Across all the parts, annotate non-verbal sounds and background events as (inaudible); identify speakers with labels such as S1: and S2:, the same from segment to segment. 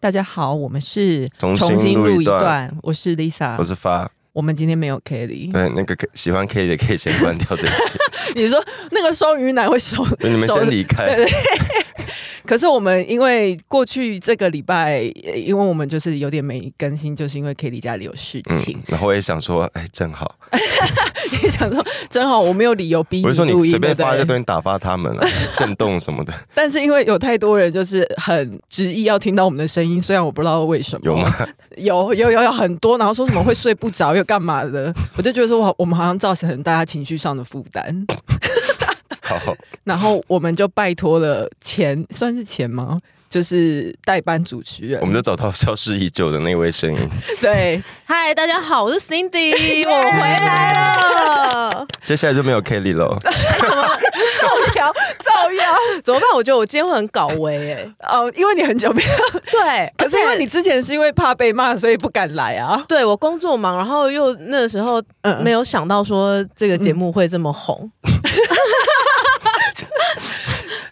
S1: 大家好，我们是
S2: 重新
S1: 重新
S2: 录
S1: 录
S2: 一段
S1: 段，我是
S3: 啊
S1: Lisa，
S2: 我是发，
S1: 我们今天没有 Kelly。
S2: 对，那个可喜欢 K 的可以先关掉这一
S3: (laughs)
S2: 期，
S1: 你说那个双鱼男会收，
S2: (laughs) 就你们
S1: 收
S2: 先离开。
S1: 对可是我们因为过去这个礼拜，呃因为我们就是有点没更新，就是因为 Kelly 家里有事情
S3: (laughs)
S2: 嗯。，然后我也想说，哎，正好，嗯
S1: 你 (laughs) 想说，正好我没有理由逼
S2: 我就说你
S1: 录音，
S2: 随便
S1: 对
S2: 发
S1: 不
S2: 一个
S1: 对
S2: 东西打发他
S3: (laughs)
S2: 们啊，震动什么的，
S1: 但是因为有太多人就是很执意要听到我们的声音，虽然我不知道为什么。
S2: 有吗？
S1: (laughs) 有有有有很多，然后说什么会睡不着又干嘛的，我就觉得说我我们好像造成大家情绪上的负担，
S2: 好，
S1: 然后我们就拜托了前算是前吗？就是代班主持人，
S2: 我们就找到消失已久的那位声音。 (laughs)
S1: 对，
S3: 嗨，大家好，我是 (laughs) Cindy，我回来了。
S2: 接下来就没有 Kelly 了，
S1: 造谣造谣
S3: 怎么办？我觉得我今天会很搞维哎、
S1: 哦，因为你很久没有，
S3: (laughs) 对，
S1: 可是因
S3: 而
S1: 为
S3: 且
S1: 你之前是因为怕被骂，所以不敢来啊。
S3: 对我工作忙，然后又那时候
S1: 嗯
S3: 没有想到说这个节目会这么 (laughs) 红。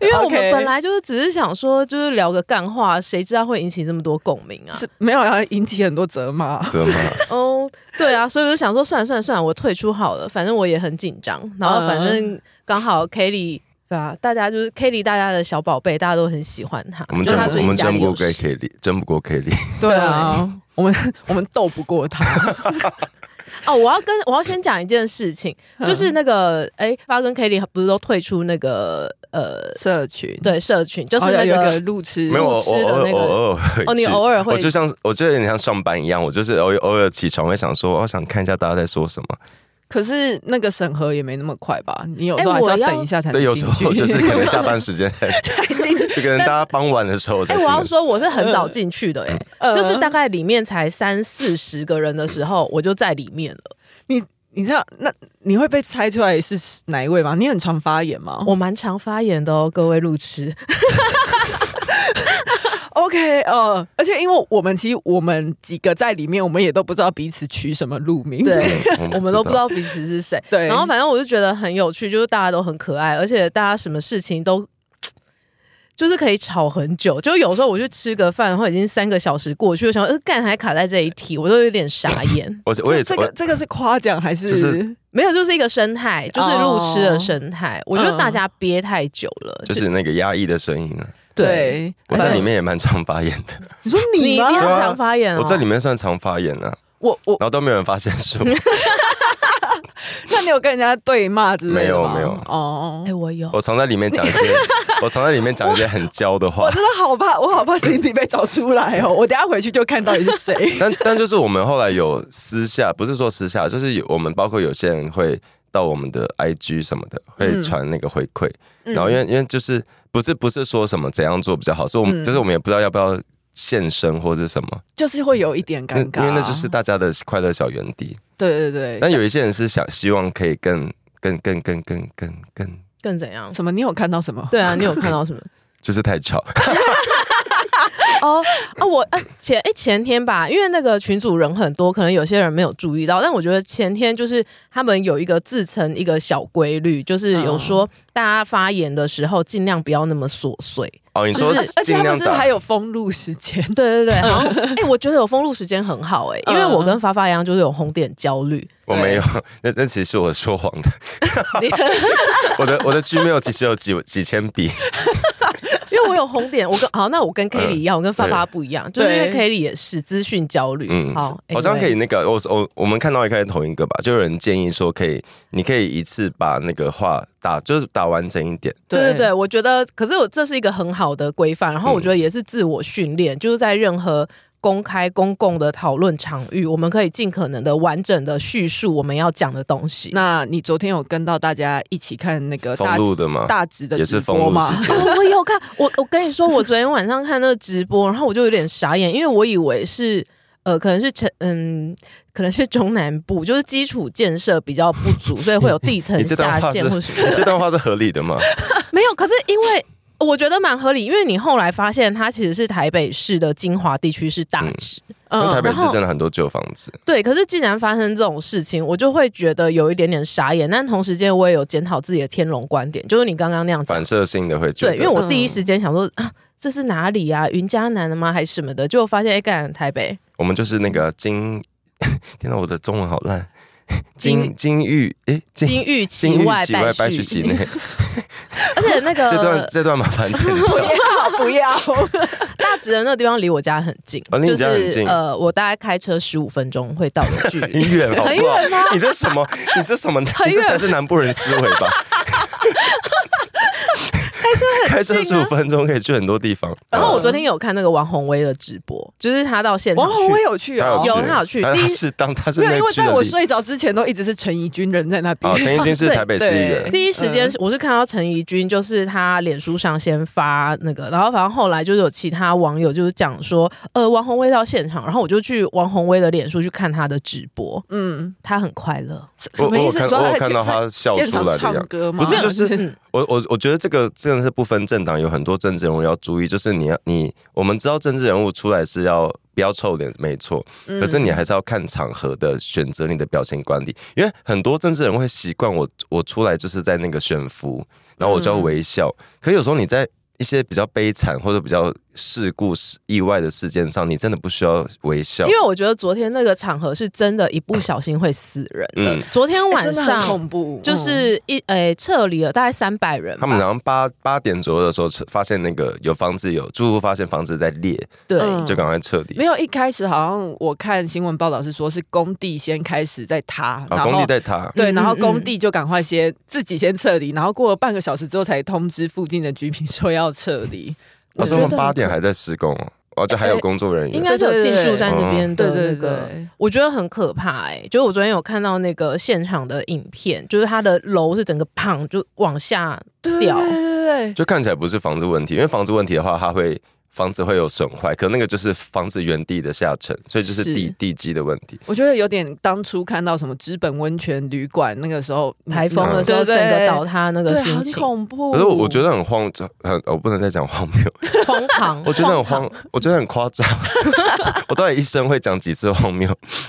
S3: 因为我们
S1: OK
S3: 本来就是只是想说，就是聊个干话，谁知道会引起这么多共鸣啊？
S1: 是没有要引起很多责骂，
S2: 怎么？
S3: (laughs) 哦，对啊，所以我就想说，算了算了算了，我退出好了，反正我也很紧张。然后反正刚好 Kelly 对啊，大家就是 Kelly 大家的小宝贝，大家都很喜欢他。
S2: 我们
S3: 就
S2: 争
S3: 是他，最
S2: 我
S3: 近
S2: 们
S3: 家
S2: 争
S3: 里
S2: 不过
S3: 有事
S2: Kelly，争不过 Kelly。
S1: 对啊，我们我们斗不过他，
S3: 哦，我要跟我要先讲一件事情， (laughs) 就是那个哎，发跟 Kelly 不是都退出那个呃， (laughs)
S1: 社群，
S3: 对社群，就是
S1: 哦有
S3: 那
S1: 有一
S3: 个
S1: 个路痴，
S2: 没有，我
S3: 吃
S2: 我
S3: 的
S2: 偶尔
S3: 那个
S2: 我偶尔会
S3: 哦，你
S2: 去
S3: 偶尔
S2: 我
S3: 会
S2: 就像我就有点像上班一样，我就是偶尔偶尔起床会想说，我想看一下大家在说什么。
S1: 可是那个审核也没那么快吧？你有时候
S3: 哎
S1: 还是要
S3: 我要
S1: 等一下才能
S2: 对，有时
S1: 进
S2: 候
S1: 去。
S2: 就是
S1: (laughs)
S2: 可能下班时间 (laughs) 才
S3: (laughs)
S1: 进去，
S2: 就可能大家傍晚的时候才
S3: 哎，
S2: 进
S3: 我
S2: 来。
S3: 要说我是很早进去的哎，
S1: 嗯呃
S3: 就是大概里面才三四十个人的时候，我就在里面了。
S1: 你知道，那你会被猜出来是哪一位吗？你很常发言吗
S3: 我蛮常发言的哦，各位路痴。
S1: ？OK，呃，而且因为我们其实我们几个在里面，我们也都不知道彼此取什么路名。
S3: 对，我
S2: 我。
S3: 们都不知。道彼此是谁。
S1: (laughs) 对
S3: 然后反正我就觉得很有趣，就是大家都很可爱，而且大家什么事情都。就是可以吵很久，就有时候我去吃个饭，然后已经三个小时过去，我想说呃干还卡在这一题，我都有点傻眼
S2: 我我
S1: 这
S2: 也
S1: 这个
S2: 我
S1: 这个是夸奖还是？
S2: 就是
S3: 没有，就是一个生态，就是路痴的生态。我觉得
S1: 嗯
S3: 大家憋太久了，
S2: 就是那个压抑的声音啊。
S3: 对。
S1: 对，哎
S2: 我在里面也蛮常发言的，
S1: 你说
S3: 你
S1: 你
S3: 你
S1: 吗？
S3: 很
S2: 对啊
S3: 常发
S1: 嗯
S3: 言哦，
S2: 我在里面算常发言啊，
S1: 我我，
S2: 然后都没有人发现是我，
S1: 那你有跟人家对骂之类的吗
S2: 没有没有
S1: 哦
S3: 哎、。我有，
S2: (laughs) 我常在里面讲
S1: (laughs)
S2: 一些，我常在里面讲一些很娇的话。
S1: 我。真的好怕，我好怕 CP 被找出来哦！我等一下回去就看到底是谁
S3: (laughs)
S2: 但但就是我们后来有私下，不是说私下，就是有我们包括有些人会到我们的 IG 什么的，
S1: 嗯
S2: 会传那个回馈。然后因为因为就是不是不是说什么怎样做比较好，是我们、
S1: 嗯
S2: 就是我们也不知道要不要现身或者什么，
S1: 就是会有一点
S2: 那
S1: 尴尬，
S2: 嗯因为那就是大家的快乐小园地。
S1: 对对对。
S2: 但有一些人是想希望可以更更更更更更更，
S3: 更怎样？
S1: 什么？你有看到什么？
S3: 对啊，你有看到什么？
S2: 就是太吵。
S3: 哦啊，我啊前哎、前天吧，因为那个群组人很多，可能有些人没有注意到，但我觉得前天就是他们有一个自成一个小规律，就是有说大家发言的时候尽量不要那么琐碎。
S2: 哦，你
S3: 就
S2: 说
S3: 是
S1: 而且
S2: 尽
S1: 他
S2: 量
S1: 们是
S2: 打
S1: 还有封路时间，
S3: 对对对， (laughs) 好像哎、我觉得有封路时间很好哎、因为我跟发发一样就是有红点焦虑，
S2: 我没有， (laughs) 那那其实是我说谎的。
S3: 你
S2: (laughs) 我的我的 Gmail 其实有几几千笔，
S3: 因为我有红点，我跟好那我跟 Kelly 一样，我跟发发不一样，就是因为
S1: 对
S3: Kelly 也是资讯焦虑，
S2: 嗯，
S3: 好，
S2: 好像
S3: anyway
S2: 可以那个，我我我们看到一开始同一个吧，就有人建议说可以，你可以一次把那个话打，就是打完整一点，
S3: 对对对，我觉得，可是我这是一个很好的规范，然后我觉得也是自我训练，就是在任何公开公共的讨论场域，我们可以尽可能的完整的叙述我们要讲的东西。
S1: 那你昨天有跟到大家一起看那
S3: 呃
S1: 个
S2: 封
S1: 大
S2: 路的嘛，
S1: 大直的
S2: 啊也
S1: 直
S2: 是封
S1: 播
S2: 路
S1: 吗？
S2: 时间。
S3: 哦 (laughs) 我有看，我我跟你说，我昨天晚上看那个直播，然后我就有点傻眼，因为我以为是呃，可能是城嗯，可能是中南部，就是基础建设比较不足，所以会有地
S2: (laughs)
S3: 层
S2: 你这段
S3: 下
S2: 话是
S3: 陷或什么
S2: 你
S3: 的。
S2: 这段话是合理的
S3: (laughs)
S2: 吗？
S3: 没有，可是因为我觉得蛮合理，因为你后来发现它其实是台北市的金华地区是大直，
S1: 嗯
S2: 因为台北市
S3: 嗯然后
S2: 真的很多旧房子，
S3: 对，可是既然发生这种事情，我就会觉得有一点点傻眼，但同时间我也有检讨自己的天龙观点，就是你刚刚那样讲
S2: 反，射性的会觉得，
S3: 对，因为我第一
S1: 嗯
S3: 时间想说、啊，这是哪里啊？云嘉南的吗？还是什么的？结果发现哎，干台北，
S2: 我们就是那个金， (laughs) 天哪，我的中文好烂，
S3: 金
S2: 金金玉，诶，
S3: 金玉
S2: 金
S3: 其
S2: 玉
S3: 外
S2: 其外败絮
S3: 絮
S2: 其内，
S3: (laughs) 而且
S2: (laughs)
S3: 那
S2: 这段
S3: 个
S2: 这段麻烦剪掉。
S1: 不要 (laughs) 不要，
S3: 大直的那个地方离我家很近，
S2: 哦离你
S3: 就
S2: 家很
S3: 是
S2: 近
S3: 呃，我大概开车十五分钟会到的距
S2: 很
S3: 离。
S2: 远好
S3: 很啊
S2: 不好？你这什么？你这什么？
S3: 很
S2: 你这才
S3: 远
S2: 是南部人思维吧？开车
S3: 近啊
S2: 十五分钟可以去很多地方。哦
S3: 然后我昨天有看那个王宏威的直播，就是他
S2: (laughs)
S3: 到现场
S1: 王
S3: 去，
S1: 宏威有去
S2: 他
S1: 哦，
S2: 有
S3: 有
S2: 去
S3: 他有去
S2: 但
S3: 第
S2: 他
S3: 一
S2: 是当他是
S1: 没有？
S2: 内
S1: 因为
S2: 区的
S1: 在我
S2: 里
S1: 睡着之前都一直是陈怡君人在那边
S2: 哦，，陈怡君是
S3: 对
S2: 台北市议员
S1: 对，
S3: 第一时间是我是看到陈怡君，就是他脸书上先发那个，然后反正后来就是有其他网友就是讲说，呃，王宏威到现场，然后我就去王宏威的脸书去看他的直播，
S1: 嗯，
S3: 他很快乐，
S1: (laughs) 什么意思？
S2: 我我有看
S1: 主要
S2: 我有
S1: 在
S2: 看到他笑出来的
S1: 现场唱歌吗？
S2: 不是就是
S3: 嗯
S2: 我我我觉得这个真的是不分政党，有很多政治人物要注意，就是你要你我们知道政治人物出来是要不要臭脸，没错，可是你还是要看场合的选择你的表情管理，因为很多政治人物会习惯我我出来就是在那个选服，然后我就要微笑，可有时候你在。一些比较悲惨或者比较事故、事意外的事件上，你真的不需要微笑
S3: 因。为我觉得昨天那个场合是真的，一不小心会死人的。
S2: 嗯
S3: 昨天
S1: 哎
S3: 晚
S1: 真的很
S3: 上
S1: 恐怖，
S3: 就是一诶、撤离了大概三百人吧，
S2: 他们好像八八点左右的时候，发现那个有房子有住户发现房子在裂，
S3: 对、
S1: 嗯
S2: 就赶快撤离。
S1: 没有一开始好像我看新闻报道是说是工地先开始在塌，然
S2: 啊，
S1: 后
S2: 工地在塌，
S1: 对，
S3: 嗯
S1: 然后
S3: 嗯
S1: 工
S3: 嗯
S1: 地就赶快先自己先撤离，然后过了半个小时之后才通知附近的居民说要撤离。
S2: 他
S1: 我
S2: 说
S1: 觉
S2: 啊他
S1: 得呃
S2: 们八点还在施工哦，哦，就还有工作人
S3: 应
S2: 员。
S3: 该是有
S1: 对对
S3: 进
S1: 对
S3: 驻在那边的
S1: 对
S3: 那个。
S1: 对对，
S3: 我觉得很可怕哎、就是我昨天有看到那个现场的影片，就是它的楼是整个胖就往下掉，
S1: 对
S2: 就看起来不是房子问题，因为房子问题的话，它会房子会有损坏，可那个就是房子原地的下沉，所以就是
S3: 是
S2: 地地基的问题。
S1: 我觉得有点当初看到什么资本温泉旅馆那个时候嗯
S3: 台风的时候整个倒塌那个心
S1: 对，很
S3: 情，
S1: 恐怖。
S2: 可是我我觉得很荒，很我不能再讲荒谬，
S3: (laughs) 荒唐。
S2: 我觉得很荒，我觉得很夸
S3: (laughs)
S2: 张。 (laughs) 我到底一生会讲几次荒谬？ (laughs)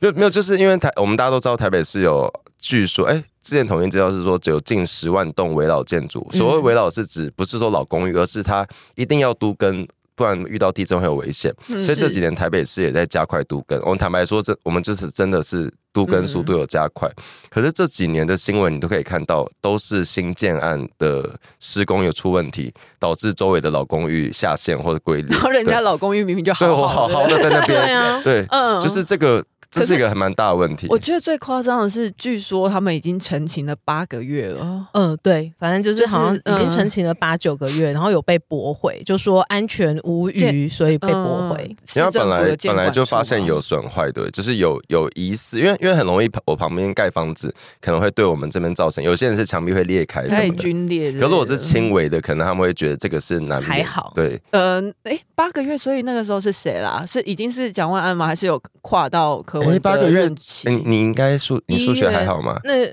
S2: 就没有，就是因为台我们大家都知道台北市有，据说哎、之前统计资料是说只有近十万栋围老建筑。所
S3: 嗯
S2: 谓围老是指不是说老公寓，而是它一定要都跟。不然遇到地震会有危险，
S1: 嗯
S2: 所以这
S3: 是
S2: 几年台北市也在加快都更。我们坦白说，这我们就是真的是都更速
S3: 嗯
S2: 度有加快。可是这几年的新闻你都可以看到，都是新建案的施工有出问题，导致周围的老公寓下线或者归零。
S1: 然后人家老公寓明明就
S2: 对对
S1: 好
S2: 我好
S1: 好的
S2: 好的在那
S3: 对
S2: 边，
S3: 啊，
S2: 对，
S1: 嗯
S2: 就是这个，这
S1: 可
S2: 是
S1: 是
S2: 一个还蛮大的问题。
S1: 我觉得最夸张的是，据说他们已经成情了八个月了。
S3: 嗯、对，反正就是
S1: 就是
S3: 好像已经
S1: 嗯
S3: 成情了八九个月，然后有被驳回，就说安全无虞，所以被驳回。
S1: 嗯，
S2: 因为它
S1: 市政府
S2: 本来
S1: 的监
S2: 本来
S1: 管
S2: 就
S1: 处啊
S2: 发现
S1: 嘛
S2: 有损坏的，就是有有疑似，因为因为很容易我旁边盖房子可能会对我们这边造成，有些人是墙壁会裂开什
S1: 太
S2: 么的。
S1: 皲裂之类
S2: 可
S1: 的。
S2: 是我是轻微的，可能他们会觉得这个是难免。
S3: 还好
S2: 对，
S1: 呃，哎，八个月，所以那个时候是谁啦？是已经是蒋万安吗？还是有跨到柯
S2: 诶
S1: 文
S2: 八
S1: 哲
S2: 个月
S1: 任期
S2: 诶？你你应该数你数学还好吗？
S3: 那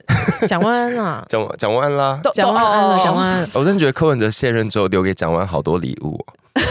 S3: 蒋万安啊，
S2: 蒋蒋万安啦，
S1: (laughs) 都哦
S3: 蒋万安了，蒋万。安了，
S2: 我真的觉得柯文哲卸任之后留给蒋万安好多礼物哦、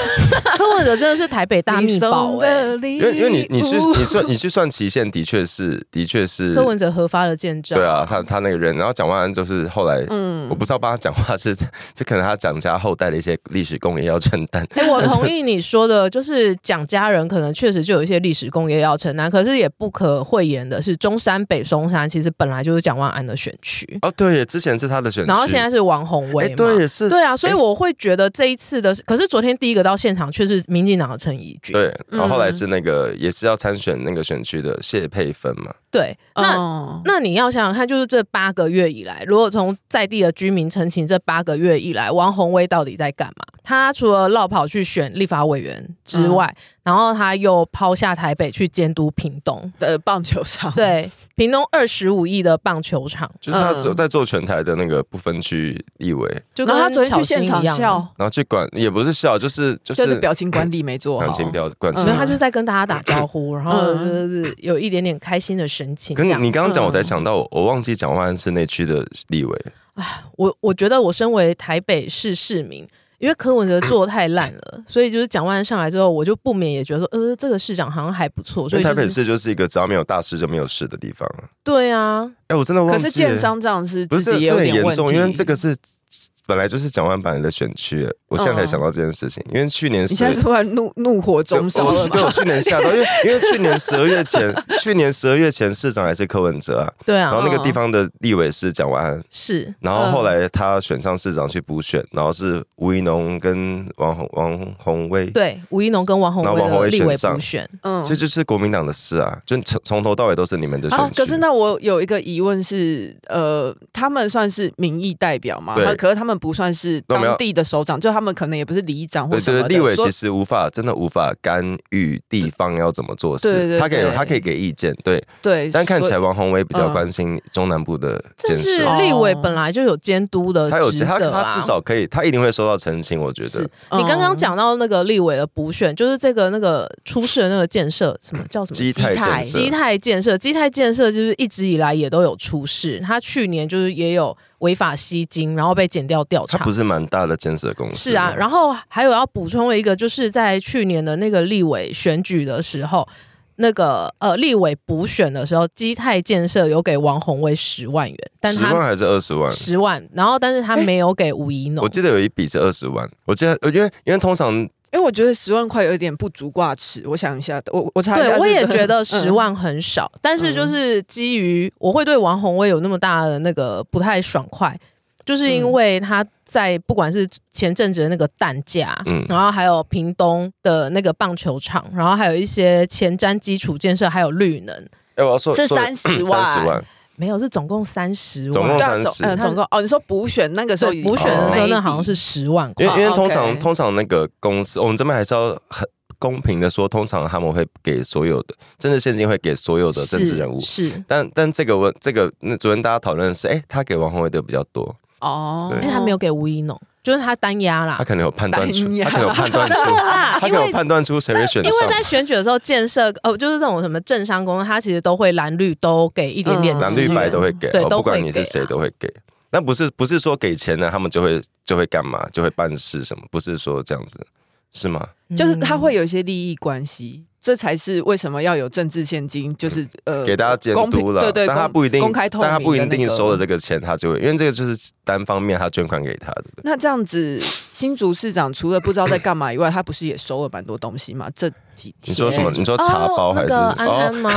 S3: 柯文哲真的是台北大密
S1: (laughs)
S3: 宝哎、
S1: 因
S2: 因为因为你你去你算你去算期限，的确是的确是
S3: 柯文哲核发了见证，
S2: 对啊，他他那个人，然后蒋万安就是后来，
S1: 嗯
S2: 我不知道帮他讲话是， (laughs) 这可能他蒋家后代的一些历史贡献要承担。
S3: (laughs) 哎、我同意你说的，就是蒋家人可能确实就有一些历史工业要承担，可是也不可讳言的是，中山北松山其实本来就是蒋万安的选区，
S2: 哦，对耶，之前是他的选区，
S3: 然后现在是王宏
S2: 哎、
S3: 威嘛。
S2: 对，哎也是，
S3: 对啊，所以我会觉得这一次的，可是昨天第一个到现场却是民进党的陈怡君。
S2: 对，然后后来
S1: 嗯
S2: 是那个、也是要参选那个选区的谢佩芬嘛，
S3: 对
S1: 嗯
S3: 那、
S1: 那
S3: 那你要想想看，就是这八个月以来，如果从在地的居民澄清，这八个月以来，王宏威到底在干嘛？他除了绕跑去选立法委员之外，
S1: 嗯
S3: 然后他又抛下台北去监督屏东，
S1: (laughs) 的呃棒球场，
S3: 对，屏东二十五亿的棒球场，
S2: 就是他
S1: 嗯
S2: 做在做全台的那个不分区立委，
S3: 就
S1: 然
S3: 跟
S1: 后他昨天
S3: 巧
S1: 去
S3: 心
S1: 现
S3: 一
S1: 场
S3: 样，
S1: 笑，
S2: 然后去管也不是笑，就是就
S1: 就是是表情管理没做好
S2: 感。情标管
S1: 嗯
S2: 情。
S3: 所以他就在跟大家打招呼，然后
S1: 嗯
S3: 就是有一点点开心的神情。
S2: 可
S3: 这
S2: 你
S3: 样，
S2: 你刚刚讲，
S1: 嗯
S2: 我才想到我，我忘记蒋万安是那区的立委，
S3: 我我觉得我身为台北市市民。因为柯文哲做得太烂了，所以就是蒋万安上来之后，我就不免也觉得说，呃，这个市长好像还不错，所
S2: 因为
S3: 以、就
S2: 台
S3: 是、
S2: 北市就是一个只要没有大事就没有事的地方。
S3: 对啊，
S2: 哎，我真的忘
S1: 可
S2: 记了。
S1: 是建商这样是
S2: 不
S1: 自
S2: 是
S1: 己也
S2: 这
S1: 有
S2: 很
S1: 点
S2: 严
S1: 问
S2: 重，
S1: 题，
S2: 因为这个是本来就是蒋万板的选区，我现在才想到这件事情，因为去年
S1: 嗯你
S2: 十
S1: 现在突然怒怒火中烧
S2: 我
S1: 了
S2: 哦对，
S1: 吗？
S2: 我去年吓到，因为因为去年十二月前，去年十二月前市长还是柯文哲啊，
S3: 对
S2: 然后
S3: 啊，
S2: 那
S1: 嗯
S2: 个地方的立委是蒋万安，
S3: 是
S2: 然后后来他选上市长去补选，然后是吴怡农跟王宏王宏威，
S3: 对吴一农跟王宏
S2: 然后王宏
S3: 威
S2: 威
S3: 的立委
S2: 选上
S3: 补选，
S1: 嗯
S2: 这就是国民党的事啊，就从从头到尾都是你们的选
S1: 啊，
S2: 区。
S1: 可是那我有一个疑问是，呃，他们算是民意代表嘛？
S2: 对
S1: 他可是他们不算是
S2: 那我们要
S1: 当地的首长，就他们可能也不是里长或
S2: 对，
S1: 什
S2: 就
S1: 么
S2: 是
S1: 的。
S2: 立委
S1: 所
S2: 其实无法，真的无法干预地方要怎么做事，
S1: 对对对
S2: 他可
S1: 对
S2: 以他可以给意见，对。
S1: 对，
S2: 但看起
S1: 所
S2: 来
S1: 以
S2: 王宏威比较
S1: 嗯
S2: 关心中南部的建
S3: 但是
S2: 设，
S3: 立委本来就有监督的
S2: 他有
S3: 职
S2: 他
S3: 责啊，
S2: 他至少可以，他一定会收到澄清，我觉
S3: 是
S2: 得。
S1: 嗯
S3: 你刚刚讲到那个立委的补选，就是这个那个出事的那个建设，什么叫什么
S2: 基泰建设
S3: 基泰建设，基泰建设就是一直以来也都有出事，他去年就是也有违法吸金，然后被检调调
S2: 他
S3: 查
S2: 不。是蛮大的建设公司
S3: 是啊
S2: 吗，
S3: 然后还有要补充的一个，就是在去年的那个立委选举的时候，那个呃立委补选的时候，基泰建设有给王宏威十万元，但
S2: 十万
S3: 他
S2: 还是二十万？
S3: 十万，然后但是他没有给吴怡农
S2: 我，记得有一笔是二十万，我记得，呃因为因为通常
S1: 因为我觉得十万块有点不足挂齿，我想一下，我我查一下
S3: 对，
S1: 是嗯
S3: 我也
S1: 真的
S3: 觉得十万很少，但是就是基于我会对王宏威有那么大的那个不太爽快，就是因为他在不管是前阵子的那个蛋价，
S2: 嗯
S3: 然后还有屏东的那个棒球场，然后还有一些前瞻基础建设，还有绿能，
S2: 哎，我要说
S1: 是
S2: 说
S1: 30
S2: 嗯三
S1: 万
S2: 十万，
S3: 没有是总共三十
S2: 总
S3: 万
S2: 共。
S1: 对啊
S2: 30
S1: 总嗯总共哦，你说补选那个时候
S3: 所以补选的时候，那好像是十万块
S2: 因。为因为
S1: 哦
S2: 通常
S1: OK
S2: 通常那个公司，我们这边还是要很公平的说，通常他们会给所有的政治现金会给所有的政治人物，
S3: 是，是
S2: 但但这个问这个那昨天大家讨论的是，哎、他给王宏威的比较多，
S1: 哦，
S2: 对
S3: 因为他没有给吴一农，就是他单压啦
S2: 他。可能有判断出
S1: 哎，呀
S2: 他可能有判断
S3: (laughs)
S2: 出，
S3: 啊
S2: 他可
S3: 因
S2: 能
S3: 为
S2: 有判断出谁会选
S3: 因为
S2: 上。
S3: 在选举的时候，建设呃，就是这种什么政商公司，它其实都会蓝绿都给一点点
S1: 嗯
S2: 蓝
S3: 支
S2: 绿
S3: 援
S2: 白都会给，
S3: 对
S2: 哦
S3: 都
S2: 不管
S3: 会
S2: 你
S3: 给
S2: 是谁
S3: 啊
S2: 都会给。那不是不是说给钱呢，他们就会就会干嘛，就会办事什么？不是说这样子，是吗？
S3: 嗯
S1: 就是他会有一些利益关系。这才是为什么要有政治现金，就是呃，
S2: 给大家监
S1: 公平
S2: 督了，
S1: 对对，
S2: 但他
S1: 公
S2: 不一定，
S1: 公开透明，
S2: 但他不一定收了。这个钱，他就会，因为这个就是单方面他捐款给他的。
S1: 那这样子，新竹市长除了不知道在干嘛以外，他不是也收了蛮多东西吗？这几
S2: 你说什么？
S1: 天
S2: 你说茶包还是？
S3: 哦那个安安吗？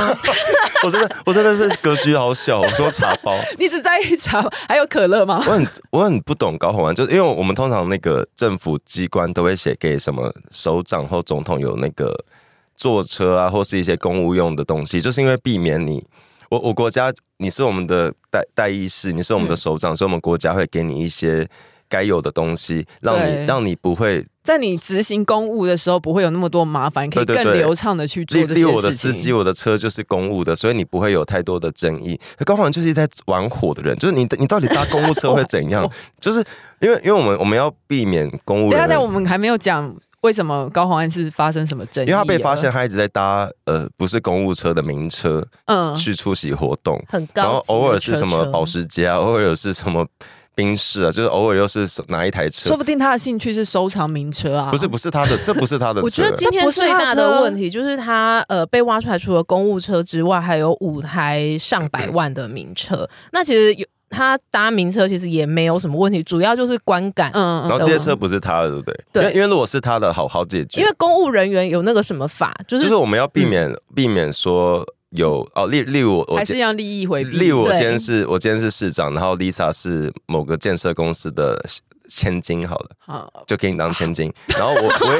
S2: 我真的我真的是格局好小。我说茶包，
S1: 你只在意茶还有可乐吗？
S2: 我很 (laughs) 我很不懂搞好玩，就是因为我们通常那个政府机关都会写给什么首长或总统有那个坐车啊，或是一些公务用的东西，就是因为避免你我我国家你是我们的代代议士，你是我们的首长，所以我们国家会给你一些该有的东西，让
S1: 对
S2: 你让你不会
S1: 在你执行公务的时候，不会有那么多麻烦，可以
S2: 对对
S1: 更
S2: 对
S1: 流畅的去做
S2: 例
S1: 这
S2: 例如我的
S1: 些
S2: 司
S1: 事
S2: 机、
S1: 情。
S2: 我的车就是公务的，所以你不会有太多的争议。可高环就是在玩火的人，就是你你到底搭公务车会怎
S1: (laughs)
S2: 样？就是因为因为我们我们要避免公务
S1: 等一下，
S2: 人
S1: 啊但
S2: 员
S1: 我们还没有讲为什么高宏安是发生什么争议
S2: 因
S1: 了，
S2: 为他被发现他一直在搭呃不是公务车的名车、
S1: 嗯
S2: 去出席活动，
S3: 很高级的
S2: 然后偶尔是什么
S3: 车
S2: 保时捷啊，偶尔有是什么宾士啊，就是偶尔又是哪一台车
S1: 说，不定他的兴趣是收藏名车啊。
S2: 不是不是他的，这不是他的车。
S3: (laughs) 我觉得今天最大的问题就是他呃被挖出来，除了公务车之外，还有五台上
S2: 嗯
S3: 百万的名车。那其实有他搭名车其实也没有什么问题，主要就是观感。
S1: 嗯，嗯，
S2: 然后这些车不是他的，对不对？
S3: 对
S2: 因为因为如果是他的，好好解决。
S3: 因为嗯公务人员有那个什么法，就
S2: 就是是我们要避免、避免说有哦，例例如我我
S1: 还
S2: 今
S1: 是要利益回避。
S2: 例如我
S3: 对
S2: 今天是我今天是市长，然后 Lisa 是某个建设公司的千金，好了，
S1: 好，
S2: 就给你当千金，然后我我会。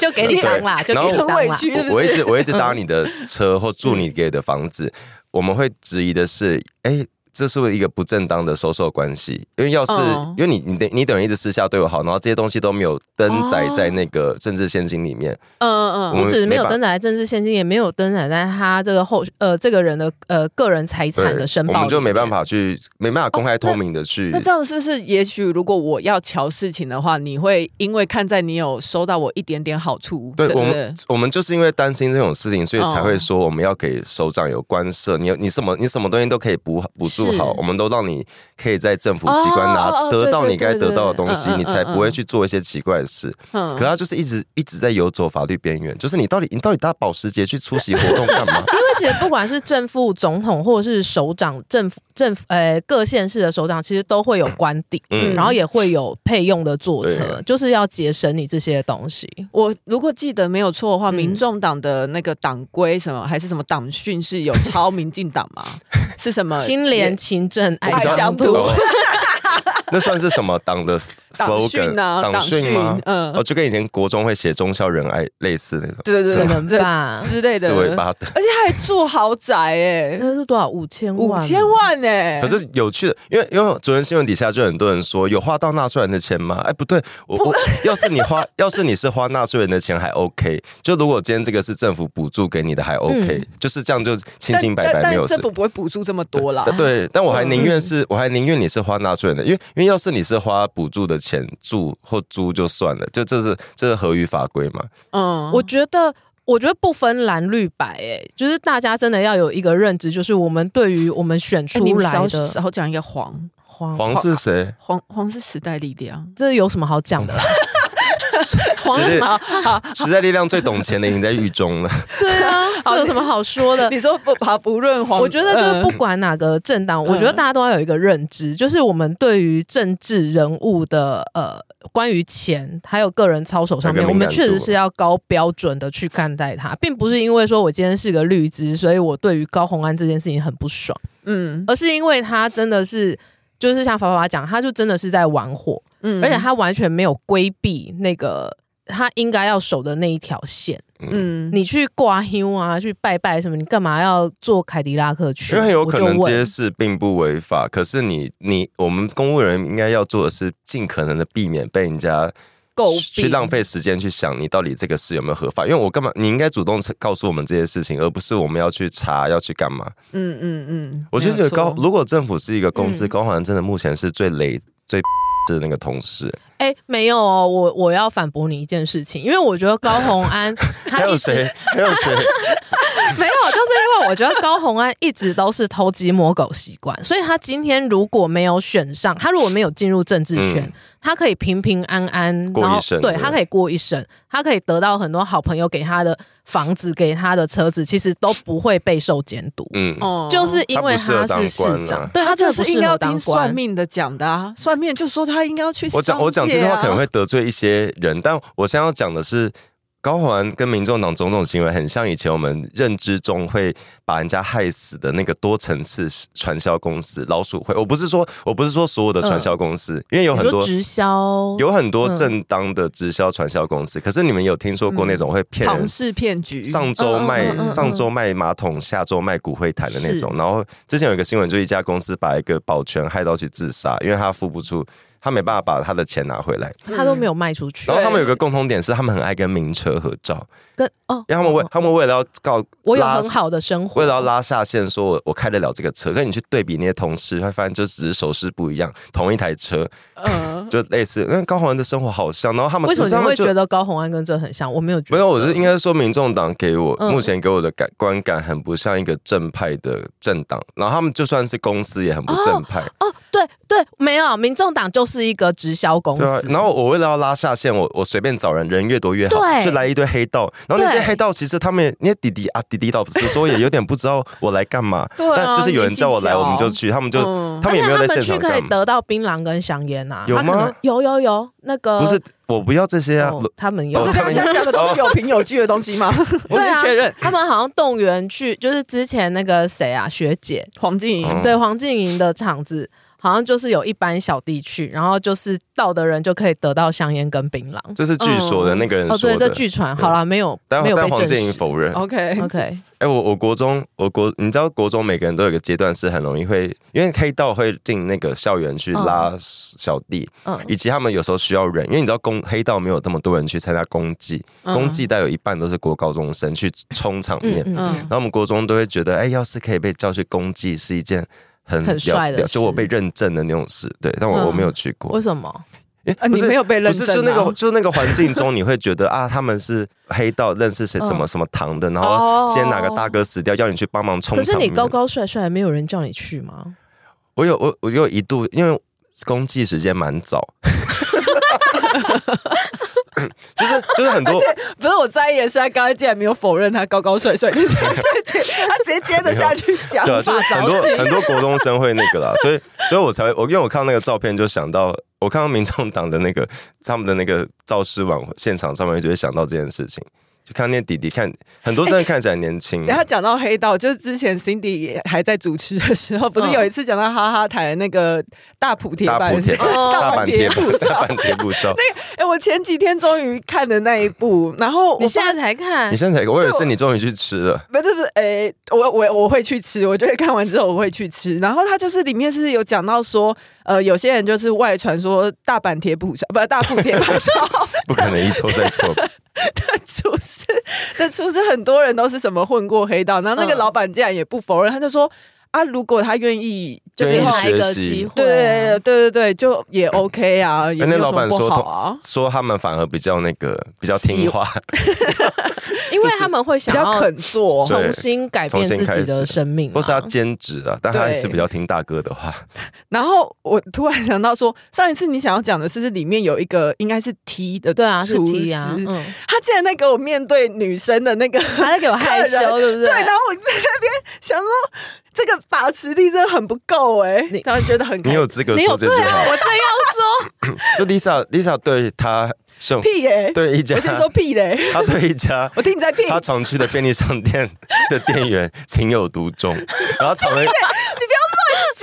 S3: 就给你当啦，
S2: 对
S3: 就给你
S2: 然后
S3: 当
S1: 很委
S3: 啦。
S1: 屈
S3: (laughs)
S1: 是不是
S2: 我我一直我一直搭你的
S3: 嗯
S2: 车或住你给的房子，我们会质疑的是，哎，这是不是一个不正当的收受关系？因为要是、
S1: 嗯
S2: 因为你你等你等于一直私下对我好，然后这些东西都没有登载在那
S3: 哦
S2: 个政治现金里面，
S1: 嗯嗯
S2: 我
S1: 嗯，
S3: 不止没有
S2: 没办
S3: 登载在政治现金，也没有登载在他这个后呃这个人的呃个人财产的申报
S2: 对
S3: 里面，
S2: 我们就没办法去没办法公开透明的去。
S1: 那这样是不是？也许如果我要瞧事情的话，你会因为看在你有收到我一点点好处，
S2: 对
S1: 不
S2: 我们，我们就是因为担
S1: 哦
S2: 心这种事情，所以才会说我们要给首长有官舍，你有你什么你什么东西都可以补补助素
S3: 是
S2: 好，我们都让你可以在政府机关拿、
S1: 哦哦哦
S2: 得到
S1: 对对
S2: 你该
S1: 对对
S2: 得到的
S1: 对
S2: 东西，
S1: 嗯嗯
S2: 你才
S1: 嗯
S2: 不会
S1: 嗯
S2: 去做一些奇怪的事。
S1: 嗯
S2: 可他就是一直一直在游走法律边缘，就是你到底你到底搭保时捷去出席活动干
S1: (laughs)
S2: 嘛？
S3: 因为其实不管是正副总统或者是
S2: (laughs)
S3: 首长、政府、政府呃各县市的首长，其实都会有官邸，
S2: 嗯
S3: 然后也会有配用的坐车
S2: 对，
S3: 就是要节省你这些东西。
S1: 我如果记得没有错的话，
S3: 嗯
S1: 民众党的那个党规什么还是什么党训是有超民进党
S2: (laughs)
S1: 吗？是什么
S3: 清廉、勤政、爱
S1: 爱
S2: 你知道
S1: 乡
S3: 乡
S1: 土
S3: 土
S2: 呃
S3: (laughs)
S2: 哦。那算是什么党的
S1: (laughs) 党训
S2: slogan？
S1: 啊？
S2: 党训吗？
S1: 嗯，
S2: 哦，就跟以前国中会写忠孝仁爱类似那种，
S1: 对对对
S3: 可
S1: 对
S3: 能吧
S1: 之类的，
S2: 四维八德。
S1: 而且还住豪宅哎、
S3: 那是多少？五千
S1: 五
S3: 万？
S1: 千？万哎、
S2: 可是有趣的，因为因为昨天新闻底下就很多人说，有花到纳税人的钱吗？哎，不对，我我要是你花， (laughs) 要是你是花纳税人的钱还 OK，就如果今天这个是政府补助给你的还 OK，、就是这样就清
S1: 但
S2: 清白白
S1: 嗯但
S2: 没有
S1: 但
S2: 事
S1: 政。府不会补助这么多啦。嗯
S2: 但对，但我还宁愿是，我还宁愿你是花纳税人的，因为因为要是你是花补助的钱住或租就算了，就这是这是合于法规嘛。
S1: 嗯，
S3: 我觉得。我觉得不分蓝绿白、欸，就是大家真的要有一个认知，就是我们对于我们选
S1: 哎
S3: 出
S1: 你们
S3: 来
S1: 少
S3: 的
S1: 少讲一个黄
S3: 黄，
S2: 黄是谁？
S1: 黄黄是时代力量，
S3: 这有什么好讲的啦？
S2: 嗯
S3: (laughs)
S1: 黄是什么？好，
S2: 时代力量最懂钱的赢在狱中了。
S3: 对啊，这有什么好说
S2: (laughs)
S3: 的？
S1: 你说不好，不论黄，
S3: 呃我觉得就是
S1: 嗯
S3: 不管哪个政党，
S1: 嗯
S3: 我觉得大家都要有一个认知，就是我们对于政治人物的呃关于钱还有个人操守上面，
S2: 有个
S3: 我
S2: 敏感
S3: 们
S2: 度
S3: 确实是要高标准的去看待它，并不是因为说我今天是个绿资，所以我对于高红安这件事情很不爽，
S1: 嗯
S3: 而是因为他真的是。就是像法法讲，他就真的是在玩火，
S1: 嗯
S3: 而且他完全没有规避那个他应该要守的那一条线。
S2: 嗯，
S1: 嗯
S3: 你去挂 U 啊，去拜拜什么，你干嘛要坐凯迪拉克去？
S2: 因为很有可能
S3: 我
S2: 这
S3: 就
S2: 些
S3: 问
S2: 事并不违法，可是你你我们公务人员应该要做的是尽可能的避免被人家
S1: 狗
S2: 去浪费时间去想你到底这个事有没有合法。因为我干嘛？你应该主动告诉我们这些事情，而不是我们要去查要去干嘛。
S1: 嗯嗯嗯，
S2: 我就觉得高，
S1: 没有错
S2: 如果政府是一个公司，
S3: 嗯
S2: 高环真的目前是最累最 (laughs) 的那个同事，
S3: 哎、没有哦，我我要反驳你一件事情，因为我觉得高红
S2: (laughs)
S3: 安
S2: 还
S3: 他
S2: 有
S3: 一直
S2: 谁？还有谁？ (laughs)
S3: 没有，就是因为我觉得高红安一直都是偷鸡摸狗习惯，所以他今天如果没有选上，他如果没有进入政治圈，
S2: 嗯
S3: 他可以平平安安
S2: 过一
S3: 然后
S2: 生
S3: 对
S2: 对
S3: 他可以过一生，他可以得到很多好朋友给他的房子、给他的车子，其实都不会备受监督。
S2: 嗯，
S1: 哦
S3: 就是因为
S2: 他不适合
S3: 是
S2: 当官啊
S3: 市长，对
S1: 他
S3: 真
S1: 就
S3: 的不
S1: 是应
S3: 适
S1: 该
S3: 合
S1: 要
S3: 当
S1: 听
S3: 官
S1: 算。命的讲的啊，算命就说他应该要去、啊
S2: 我讲我讲这
S3: 啊
S2: 句话可能。会得罪一些人，但我现在要讲的是。高环跟民众党种种行为很像以前我们认知中会把人家害死的那个多层次传销公司老鼠会。我不是说我不是说所有的传销公司，因为有
S3: 嗯你
S2: 很
S3: 说
S2: 多
S3: 直嗯销
S2: 有很多正当的直销传销公司，可是你们有听说过那种
S3: 嗯
S2: 会骗人
S1: 庞氏骗局，
S2: 上周卖、
S3: 嗯嗯嗯嗯
S2: 上周卖马桶，下周卖骨灰坛的那种。
S3: 是
S2: 然后之前有一个新闻，就一家公司把一个保全害到去自杀，因为他付不出，他没办法把他的钱拿回来。
S3: 他都没有卖出去
S2: 然，后他们有个共同点是，他们很爱跟名车合照，
S3: 跟哦，
S2: 因为他们为
S3: 哦
S2: 他们为了要告
S3: 我有
S2: 拉
S3: 很好的生活，
S2: 为了要拉下线，说我我开得了这个车，可是你去对比那些同事，会发现就只是手势不一样，同一台车 (laughs)
S1: 嗯，
S2: 就类似。那高宏安的生活好像，然后他们
S3: 为什么
S2: 可是他
S3: 你
S2: 们
S3: 会
S2: 就
S3: 觉得高红安跟这很像？我没有觉得，
S2: 没有，我是应该说，民众党给我、
S3: 嗯
S2: 目前给我的感观感很不像一个正派的政党，然后他们就算是公司也很不正派，
S3: 哦，对对，没有，民众党就是一个直销公
S2: 对啊
S3: 司。。
S2: 然后我为了要拉下线，我我随便找人，人越多越好，
S3: 对
S2: 就来一堆黑道。然后那些
S3: 对
S2: 黑道其实他们也，那些弟弟啊弟弟倒不是说也有点不知道我来干嘛，
S1: 对啊
S2: 但就是有人叫我来，
S1: 年纪小
S2: 我们就去，他们就、
S1: 嗯
S2: 他们
S3: 而且
S2: 也没有在现
S3: 他们去
S2: 场
S3: 可以
S2: 干嘛，
S3: 得到槟榔跟香烟呐、啊，
S2: 有
S3: 他可
S2: 吗
S3: 能有有有，那个
S2: 不是我不要这些啊。
S3: 哦他们有，
S1: 不是他现在讲的都是有凭有据的东西吗？我
S3: 对
S1: 是
S3: 啊
S1: 确认，
S3: 他们好像动员去，就是之前那个谁啊，学姐，
S1: 黄静莹
S2: 嗯
S3: 对黄静莹的场子，好像就是有一般小地区，然后就是到的人就可以得到香烟跟槟榔。
S2: 这是据说的、
S1: 嗯
S2: 那个人
S3: 哦，
S2: 说
S3: 对，
S2: 的，
S3: 这据传好了，没有
S2: 但
S3: 没有
S2: 但
S3: 被
S2: 黄
S3: 证
S2: 建莹
S3: 实。哦
S2: 否认。
S1: ，OK，
S3: OK，
S2: 哎、我我国中，我国，你知道国中每个人都有个阶段是很容易会，因为黑道会进那个校园去拉
S3: 哦
S2: 小弟，
S3: 嗯，
S2: 以及他们有时候需要人，因为你知道公黑道没有这么多人去参加公祭，公祭大概有一半都是国高中生去冲场面，
S3: 嗯
S1: 嗯嗯
S2: 然后我们国中都会觉得，哎、要是可以被叫去公祭是一件很
S3: 很帅的
S2: 了了
S3: 事
S2: 就我被认证的那种事，对，但我、
S1: 嗯
S2: 我没有去过
S3: 为，什么？
S2: 哎
S1: 啊，
S2: 不
S1: 你
S2: 是
S1: 没有被认
S2: 不是，
S1: 证、
S2: 就那个，就那个环境中，你会觉得啊，他们是黑道，认识谁什么、
S3: 嗯
S2: 什么堂的，然后
S3: 哦
S2: 先哪个大哥死掉，要你去帮忙冲
S3: 可是
S2: 场
S3: 你
S2: 面。
S3: 高高帅帅，没有人叫你去吗？
S2: 我有我我有一度，因为公祭时间蛮早， (laughs) 就是就是很多
S1: 不是我在意的是，他刚才竟然没有否认他高高帅帅这件事情，他直接接着下去讲，
S2: 对啊，就是很多很多国中生会那个啦，所以所以我才我因为我看到那个照片就想到，我看到民众党的那个他们的那个造势晚会现场上面就会想到这件事情，就看那弟弟看很多真的看起来年轻，
S3: 哎
S1: 然后讲到黑道，就是之前 Cindy 还在主持的时候，不是
S3: 嗯
S1: 有一次讲到哈哈台的那个大埔铁
S2: 大
S1: 板
S2: 补贴
S1: 哦
S2: 大
S1: 大
S2: 板
S1: 板
S2: 贴
S1: 铁
S2: 补
S1: 布
S2: 大
S1: 上。
S2: 板贴补少，
S1: 哎，我前几天终于看的那一部，然后
S3: 你
S1: 我
S3: 现在才看
S2: 你，现在才我以为是你终于去吃了，
S1: 不就是诶、我我我会去吃，我觉得看完之后我会去吃。然后它就是里面是有讲到说，呃，有些人就是外传说大阪铁普烧，不大埔铁板烧
S3: (laughs)
S2: 不可能一错再错，
S1: 的厨师的厨师，很多人都是什么混过黑道，然后那个
S3: 嗯
S1: 老板竟然也不否认，他就说啊，如果他愿意，就
S2: 愿
S1: 是
S2: 意
S1: 后
S2: 学
S3: 来一个
S2: 习
S3: 机会
S1: 对对
S3: 啊
S1: 对，对对，就也 OK 啊，也
S2: 哎
S1: 没
S2: 那
S1: 有
S2: 老
S1: 什么
S2: 板
S1: 不
S2: 说
S1: 好啊
S2: 通，说他们反而比较那个比较听话，
S3: 因为他们会
S1: 比
S3: 想
S1: 较
S3: 要
S1: 肯做。
S2: 对
S3: 重新改变自己的生命嘛，
S2: 或是他兼职啊，但他还是
S1: 对
S2: 比较听大哥的话。
S1: 然后我突然想到说，上一次你想要讲的是，是里面有一个应该是 T 的
S3: 对啊，是
S1: 厨
S3: T 啊，
S1: 师
S3: 嗯，
S1: 他竟然在给我面对女生的那个，
S3: 他在给我 (laughs) 害羞，对不
S1: 对，然后我在那边想说，这个把持力真的很不够哎、欸，然后觉得很开
S2: 你有资格
S3: 你有
S2: 说这
S3: 对
S2: 句
S3: 啊，
S2: 话？
S3: 我正要
S2: (laughs)
S3: 说，
S2: 就 Lisa Lisa 对他胜
S1: 屁耶、
S2: 对一家
S1: 我，是说屁嘞、
S2: (laughs) 他对一家
S1: 我听你在屁，
S2: 他常去的便利商店的店员情有独钟，然后常会他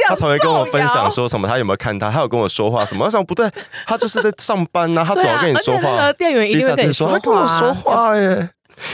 S1: 他
S2: 常会跟我分享，说什么他有没有看他，他有跟我说话什么，我想不对，他就是在上班呐、他
S3: 对
S2: 总要
S3: 啊，
S2: 跟你
S3: 而且
S2: 说
S3: 那
S2: 话
S3: 个。店员一定
S2: Lisa
S3: 会跟
S2: 就
S3: 你
S2: 说他
S3: 话啊，
S2: 跟我说话耶，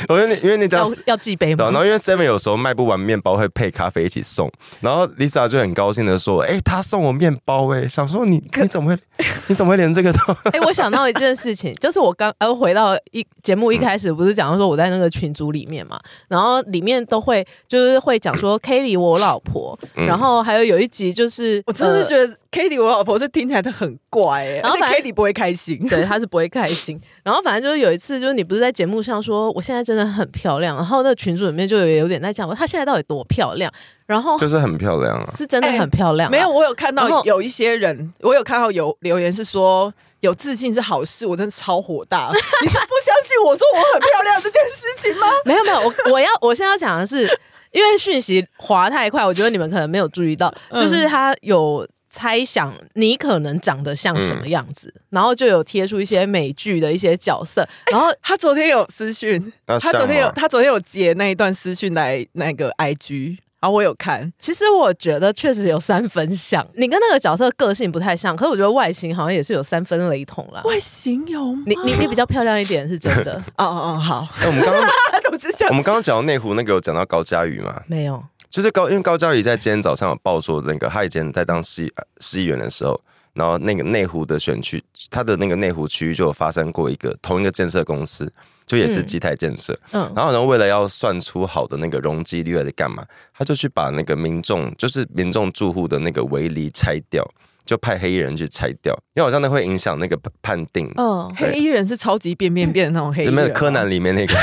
S2: 我因为你因为那家
S3: 要要记杯
S2: 对啊，
S3: 吗
S2: 然？后因为 Seven 有时候卖不完面包会配咖啡一起送，然后 Lisa 就很高兴的说：“哎、他送我面包哎、想说你你怎么会你怎么会连这个都 (laughs)
S3: (laughs) 哎、我想到一件事情，就是我刚呃回到一节目一开始，不是讲到说我在那个群组里面嘛，然后里面都会就是会讲说 Kelly 我老婆，
S2: 嗯
S3: 然后还有有一集就是
S1: 我真的
S3: 呃
S1: 是觉得 Kitty 我老婆是听起来都很怪哎、
S3: 然
S1: 而
S3: 后
S1: 且
S3: 反正
S1: Kitty 不会开心。
S3: 对，他是不会开心。然后反正就是有一次，就是你不是在节目上说我现在真的很漂亮，然后那个群组里面就有有点在讲，她现在到底多漂亮？然后
S2: 就是很漂亮啊？
S3: 是真的很漂亮
S1: (laughs) 哎
S3: 啊、
S1: 没有，我有看
S3: 然
S1: 到
S3: 后
S1: 有一些人，我有看到有留言是说有自信是好事，我真的超火
S3: (laughs)
S1: 大。你是不相信我说我很漂亮这件事情吗？
S3: 没有没有，我我要我现在要讲的是，因为讯息滑太快，我觉得你们可能没有注意到，
S1: 嗯
S3: 就是他有猜想你可能长得像什么样子，
S1: 嗯
S3: 然后就有贴出一些美剧的一些角色，然后
S1: 他昨天有私讯，
S2: 那
S1: 他
S2: 像
S1: 昨天有
S2: 吗？
S1: 他昨天有截那一段私讯来那个 IG，然后我有看，
S3: 其实我觉得确实有三分像，你跟那个角色个性不太像，可是我觉得外形好像也是有三分雷同啦。
S1: 外形有吗
S3: 你你你比较漂亮一点是真
S1: (laughs)
S3: 的，
S1: 哦哦哦，好，
S2: 哎我们刚刚
S1: 总之想
S2: 我们刚刚讲到内湖那个有讲到高佳宇嘛，
S3: 没有
S2: 就是高因为高佳宇在今天早上有报说那个他以前在当市市议员的时候，然后那个内湖的选区，他的那个内湖区域就有发生过一个同一个建设公司，就也是
S3: 嗯
S2: 基泰建设，
S3: 嗯
S2: 然后呢，为了要算出好的那个容积率在干嘛，他就去把那个民众，就是民众住户的那个围篱拆掉，就派黑衣人去拆掉，因为好像那会影响那个判判定。
S3: 嗯，
S1: (laughs) 黑衣人是超级变变变的那哦种黑衣
S2: 有
S1: 人啊
S2: 没有
S1: 吗，
S2: 柯南里面那个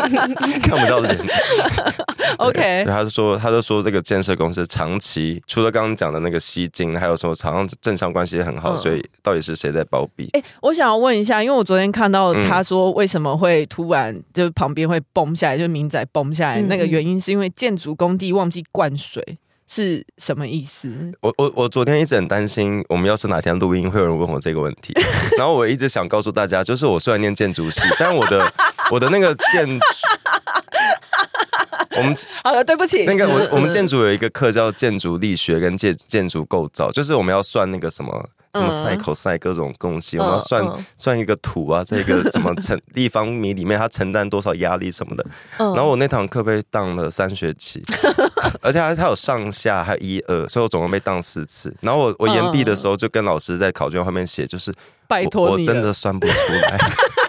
S2: (laughs) 看不到脸对
S1: ？OK，
S2: 他就说，他就说这个建设公司长期除了刚刚讲的那个吸金，还有什么好像政商关系也很好，
S3: 嗯
S2: 所以到底是谁在包庇？
S1: 哎、我想要问一下，因为我昨天看到他说为什么会突然就是旁边会崩下来，就是民宅崩下来，
S3: 嗯
S1: 那个
S3: 嗯
S1: 原因是因为建筑工地忘记灌水，是什么意思？
S2: 我我我昨天一直很担心，我们要是哪天录音，会有人问我这个问 (laughs) 题。然后我一直想告诉大家，就是我虽然念建筑系，但我的我的那个建 (laughs) 筑，我们
S1: 好了，对不起，
S2: 那个我我
S1: 嗯
S2: 们建筑有一个课叫建筑力学跟建建筑构造，就是我们要算那个什么。什么
S1: 嗯
S2: c y c l 赛各种东西，我们要
S3: 嗯
S2: 算、
S3: 嗯
S2: 算一个土啊，这个怎么承立方米里面它承担多少压力什么的。
S3: 嗯
S2: 然后我那堂课被当了三学
S1: (laughs)
S2: 期，而且还它有上下，还有一二，所以我总共被当四次。然后我我延毕的时候就跟老师在考卷后面写，就是
S1: 嗯拜
S2: 我
S1: 托
S2: 我
S1: 你
S2: 真
S1: 了
S2: 的算不出来。 (laughs)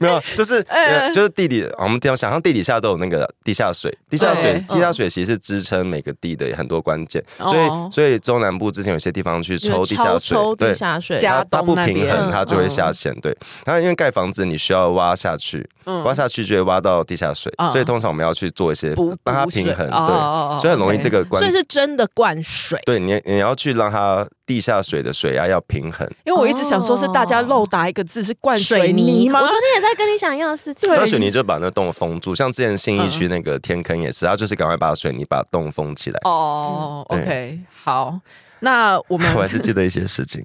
S2: 没
S1: (laughs)
S2: 有，啊就是
S1: 哎
S2: 就是地底，我们想象地底下都有那个地下水，地下水
S1: 对
S2: 地下水其实是支撑每个地的很多关键，
S1: 哦
S2: 所以所以中南部之前有些地方去抽地下水
S3: 抽，地
S2: 对。
S3: 下水，
S1: 加
S2: 它它不
S1: 加东那
S2: 平
S1: 边
S2: 衡，它就会下陷。对，然后因为盖房子，你需要挖下去，
S1: 嗯
S2: 挖下去就会挖到地下水，
S1: 嗯
S2: 所以通常我们要去做一些
S1: 补
S2: 让它
S1: 补水
S2: 平衡，
S1: 哦
S2: 对，
S1: 哦哦
S2: 所以很容易这
S1: OK
S2: 个关
S3: 所以是真的灌水。
S2: 对你，你要去让它地下水的水压要平衡。
S1: 因为我一直想说是大家漏打一个字是灌水泥
S3: 泥
S1: 吗
S3: 我？昨天也在跟你讲一样的事情。
S1: 对
S2: 那水泥就把那洞封住，像之前信义区那个天坑也是，它就是赶快把水泥把洞封起来。
S1: 嗯哦
S2: 对
S1: ，OK，好，那我们
S2: (laughs) (laughs) 我还是记得一些事情，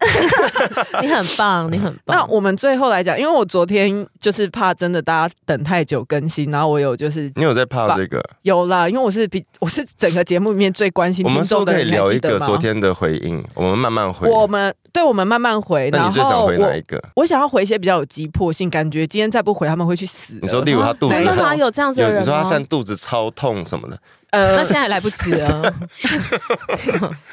S3: (laughs) 你很棒，你很
S1: (laughs) 那
S3: 棒。
S1: 我们最后来讲，因为我昨天就是怕真的大家等太久更新，然后我有就是
S2: 你有在怕这个？
S1: 有啦，因为我是比我是整个节目里面最关心
S2: 我们
S1: 听
S2: 说
S1: 众的
S2: 可以
S1: 人，
S2: 聊
S1: 你还
S2: 一
S1: 记得
S2: 个
S1: 吗
S2: 昨。天的回应，我们慢慢回。
S1: 我们对我们慢慢回，
S2: 那
S1: 然
S2: 你最想
S1: 后
S2: 回哪
S1: 我
S2: 一个？
S1: 我想要回一些比较有急迫性，感觉今天再不回他们会去死了。
S2: 你说例如他肚子
S3: 真
S1: 这
S3: 的
S1: 种
S3: 吗？有这样子
S2: 有
S3: 的
S2: 你
S3: 人
S2: 说他
S3: 吗？
S2: 现在肚子超痛什么的，
S1: 呃
S2: (laughs)
S3: 那，现在来不啊及了，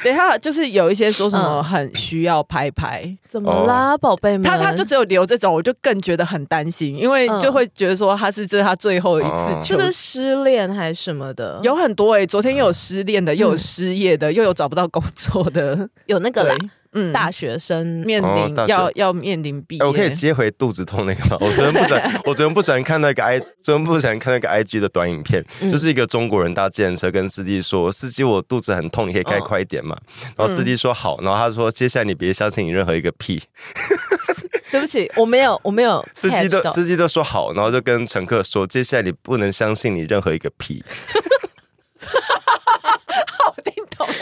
S1: 等一下就是有一些说什么很需要拍拍，
S3: 怎么
S2: 哦
S3: 啦，宝贝们？
S1: 他他就只有留这种，我就更觉得很担心，因为
S3: 嗯
S1: 就会觉得说他是这是他最后一
S2: 哦
S1: 次
S3: 是
S1: 求
S3: 不
S1: 职
S3: 是失恋还是什么的？
S1: 有很多哎、昨天又有失恋的，又有失业的，又有找不到工作的，
S3: 有那个啦，
S1: 对，嗯
S3: 大学生
S1: 面
S2: 哦
S1: 临、
S2: 大学
S1: 要要面临毕业，
S2: 哎，我
S1: (laughs)
S2: 可以接回肚子痛那个吗？我昨天不喜
S3: (laughs)
S2: 欢，我昨天不喜欢看到一个 i，昨天不喜欢看到一个 IG 的短影片，
S3: 嗯
S2: 就是一个中国人搭计程车跟司机说：“司机，我肚子很痛，你可以
S3: 哦
S2: 开快一点嘛？”然后司
S3: 嗯
S2: 机说：“好。”然后他说：“接下来你别相信你任何一个屁。
S3: 对不起，我没有，我没有”
S2: 司机都
S3: catch 到
S2: 司机都说好，然后就跟乘客说：“接下来你不能相信你任何一个
S3: (laughs)
S2: 屁。
S1: 我哦听懂了。”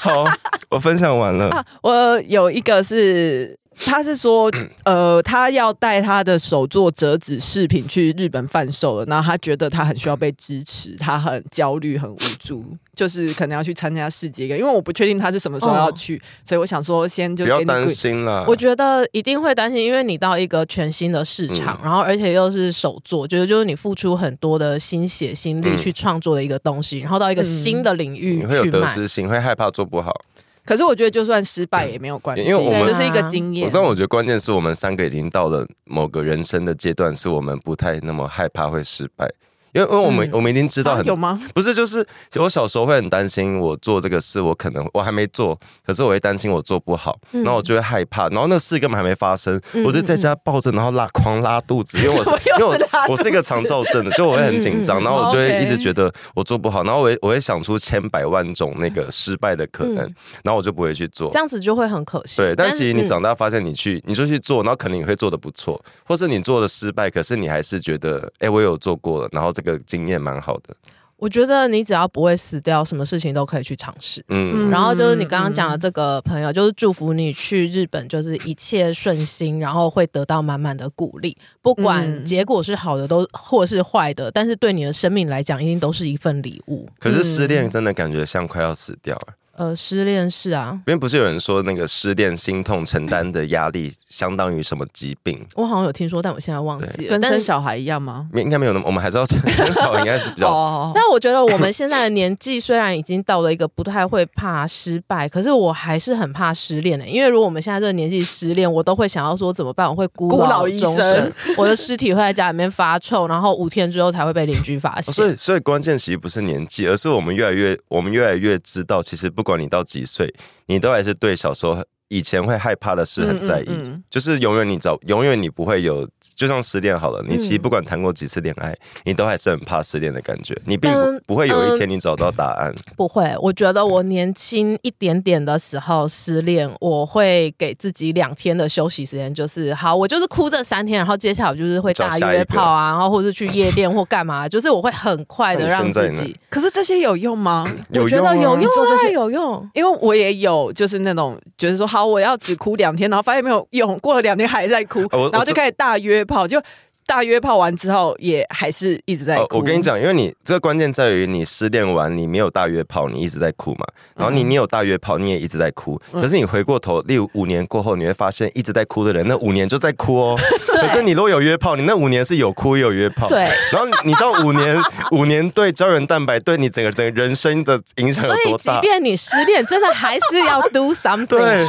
S2: 好，我分享完
S3: 啊
S2: 了。
S1: 我有一个是。他是
S2: (clears throat)
S1: 说，呃，他要带他的手作折纸饰品去日本贩售了，然后他觉得他很需要被支持，他很焦虑，很无助，就是可能要去参加世界一个，因为我不确定他是什么时候要去，所以我想说先就
S2: 哦不
S1: 给
S2: 要
S1: 你
S2: 担
S1: 鼓
S2: 心啦，
S3: 我觉得一定会担心，因为你到一个全新的市场，
S2: 嗯
S3: 然后而且又是手作，就是就是你付出很多的心血、心力
S2: 嗯
S3: 去创作的一个东西，然后到一个新的领域
S2: 你会有
S3: 去
S2: 得
S3: 卖。
S2: 失心，会害怕做不好。
S1: 可是我觉得就算失败也没有关系，
S2: 因为我们
S1: 这是一个经验啊
S2: 我。但我觉得关键是我们三个已经到了某个人生的阶段，是我们不太那么害怕会失败，因为因为我们、
S1: 嗯
S2: 我们已经知道
S1: 啊
S2: 很
S1: 有吗？
S2: 不是，就是我小时候会很担心，我做这个事，我可能我还没做，可是我会担心我做不好，
S1: 嗯
S2: 然后我就会害怕，然后那事根本还没发生，我就在家抱着，然后拉狂拉肚子，因为我
S1: (laughs)
S2: 是
S1: 怎么嗯又是
S2: 因为我
S1: 拉肚子嗯
S2: 我是一个肠燥症的，就我会很紧张，然后我就会一直觉得我做不好，然后我会我会想出千百万种那个失败的可能，
S1: 嗯
S2: 然后我就不会去做
S3: 这。样子就会很可惜。
S2: 对，但其实你
S3: 嗯
S2: 长大发现，你去你就去做，然后可能你会做的不错，或是你做的失败，可是你还是觉得，哎、我有做过了，然后这个经验蛮好的，
S3: 我觉得你只要不会死掉，什么事情都可以去尝试。
S1: 嗯
S3: 然后就是你刚刚讲的这个朋友，就是祝福你去日本，就是一切顺心，然后会得到满满的鼓励，不管
S1: 嗯
S3: 结果是好的都或是坏的，但是对你的生命来讲，一定都是一份礼物。
S2: 可是
S1: 嗯
S2: 失恋真的感觉像快要死掉了，
S3: 呃，失恋是啊，
S2: 因为不是有人说那个失恋心痛承担的压力相当于什么疾病？
S3: 我好像有听说，但我现在忘记了。
S1: 跟
S3: 但
S1: 生
S3: 是
S1: 小孩一样吗？
S2: 没应该没有那么，我们还是要 (laughs) 生小应该是比较。
S1: 哦，
S3: 但我觉得我们现在的年纪虽然已经到了一个不太会怕失败，可是我还是很怕失恋的、欸因为如果我们现在这个年纪失恋，我都会想要说怎么办？我会孤
S1: 孤老
S3: 老
S1: 一
S3: 终
S1: 生
S3: 身，我的尸体会在家里面发臭，然后五天之后才会被邻居发
S2: 哦
S3: 现。
S2: 所以，所以关键其实不是年纪，而是我们越来越，我们越来越知道，其实不管你到几岁，你都还是对小时候以前会害怕的事很在意。
S1: 嗯嗯嗯
S2: 就是永远你找，永远你不会有，就像失恋好了，
S3: 嗯
S2: 你其实不管谈过几次恋爱，你都还是很怕失恋的感觉，你并不、
S3: 嗯
S2: 不会有一天你找到答案。
S3: 不会，我觉得我年轻一点点的时候失恋，我会给自己两天的休息时间，就是好，我就是哭这三天，然后接下来我就是会大
S2: 找下一个
S3: 约炮啊，然后或是去夜店或干嘛，就是我会很快的让自
S2: 那你现在
S3: 己，
S1: 可是这些有用吗？
S3: 我觉得
S2: 有
S3: 有
S2: 用啊
S3: 用
S1: 做这
S3: 啊，
S1: 些
S3: 有用。
S1: 因为我也有，就是那种觉得说好，我要只哭两天，然后发现没有用，过了两天还在哭，
S2: 哦我
S1: 然后就开始大约炮，就大约炮完之后也还是一直在
S2: 哦，
S1: 哭。
S2: 我跟你，讲，因为你这个关键在于你失恋完，你没有大约炮，你一直在哭嘛。然后你
S3: 嗯
S2: 你有大约炮，你也一直在哭。可是你回过头，例如五年过后，你会发现一直在哭的人，那五年就在哭
S3: (laughs)
S2: 哦。可是你如果有约炮，你那五年是有哭也有约炮。
S3: 对。
S2: 然后你知道五年 (laughs) 五年对胶原蛋白对你整个整个人生的影响
S3: 所
S2: (laughs) 有
S3: 以，
S2: 多
S3: 即
S2: 大？ (laughs)
S3: 便你失恋，真的还是要 do something。
S2: 对，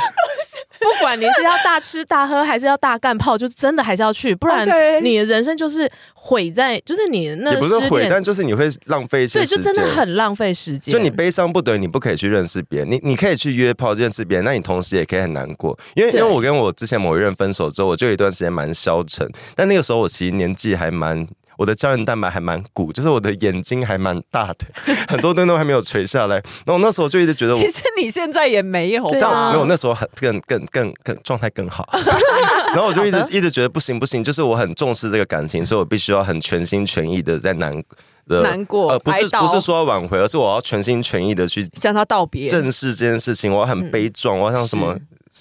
S3: 不管你是要大吃大喝，还是要大干炮，就真的还是要去，不然
S1: OK
S3: 你的人生就是毁在，就是你那
S2: 也不是
S3: 失
S2: 毁，
S3: 恋
S2: 但就是你会浪费一些
S3: 对，
S2: 时
S3: 就
S2: 间。
S3: 真的很浪费时间。
S2: 就你悲伤不等于你不可以去认识别人，你你可以去约炮认识别人，那你同时也可以很难过，因为因
S3: 对
S2: 为我跟我之前某一任分手之后，我就有一段时间蛮消沉，但那个时候我其实年纪还蛮。我的胶原蛋白还蛮鼓，就是我的眼睛还蛮大的， (laughs) 很多灯都还没有垂下来。然后那时候就一直觉得我
S1: 其，实你现在也没有
S3: 对
S1: 吧？
S3: 啊
S2: 没有那时候很更更更更状态
S1: (laughs)
S2: 更好。然后我就一直一直觉得不行不行，就是我很重视这个感情，所以我必须要很全心全意的在难的
S1: 嗯难过
S2: 呃，不
S1: 哀
S2: 是
S1: 悼
S2: 不是说要挽回，而是我要全心全意的去
S1: 向他道别，
S2: 正视这件事情，我很悲壮，我像什么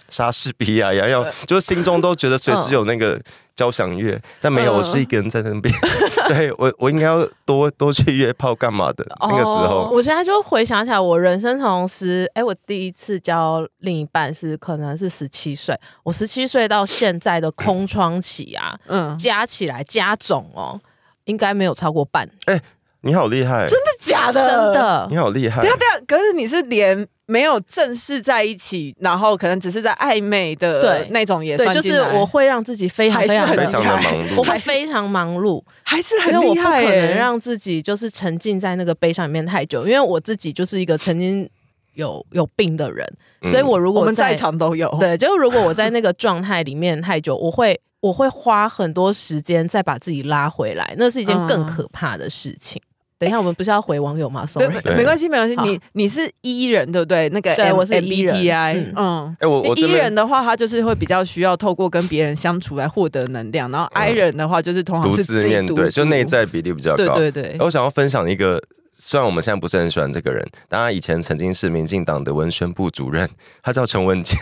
S2: 莎士比亚一样，要
S1: 嗯呃
S2: 就是心中都觉得随时有那个交响乐，但没有，
S1: 嗯
S2: 我是一个人在那边。 (laughs) 对我，我应该要多多去约炮干嘛的？
S1: 哦
S2: 那个时候，
S3: 我现在就回想起来，我人生从十哎，我第一次交另一半是可能是十七岁，我十七岁到现在的空窗期啊，
S1: 嗯，
S3: 加起来加总哦，应该没有超过半年，
S2: 你好厉害，
S1: 真的假的？
S3: 真。的
S2: 你。好厉害
S1: 对。啊，对啊，可是你是连没有正式在一起，然后可能只是在暧昧的
S3: 对
S1: 那种也
S3: 对，
S1: 算
S3: 就是
S1: 进来
S3: 我会让自己非常
S1: 还是
S3: 非常
S1: 很
S2: 非常的
S1: 厉害
S2: 忙
S3: 我
S2: 碌，
S3: 会非常忙碌，
S1: 还是
S3: 因为
S1: 很
S3: 我
S1: 厉
S3: 不
S1: 害、欸，
S3: 可能让自己就是沉浸在那个悲伤里面太久，因为我自己就是一个曾经有有病的人，
S2: 嗯
S3: 所以我如
S1: 我
S3: 果
S1: 们在场都有。
S3: 对，就如果我在那个状态里面太久，我会我会花很多时间再把自己拉回来，那是一件更可怕的事情。等一下，我们不是要回网友吗
S1: 没，
S3: ？Sorry，
S1: 嗯没
S2: 对
S1: 没关系，没关系。
S3: 好
S1: 你你是 E 人对不对？那个
S3: 对
S1: M,
S3: 我是 E 人
S1: MBTI，
S3: 嗯
S1: 嗯。
S2: 哎，我我这
S1: E 人
S2: 边
S1: 的话，他就是会比较需要透过跟别人相处来获得能量，然后 I 人的话就是
S3: 哦
S1: 通常
S2: 嗯独
S1: 是
S2: 自
S1: 己
S2: 面
S1: 独
S2: 对，
S1: 处
S2: 就内。在比例比较
S1: 对
S2: 高。
S1: 对对
S2: 哎，我想要分享一个，虽然我们现在不是很喜欢这个人，但他以前曾经是民进党的文宣部主任，他叫陈文健。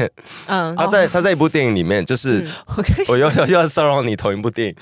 S3: 嗯，
S2: 他在他在一部电影里面，就是
S1: ，OK，
S2: 我又又要骚扰你同一部电影，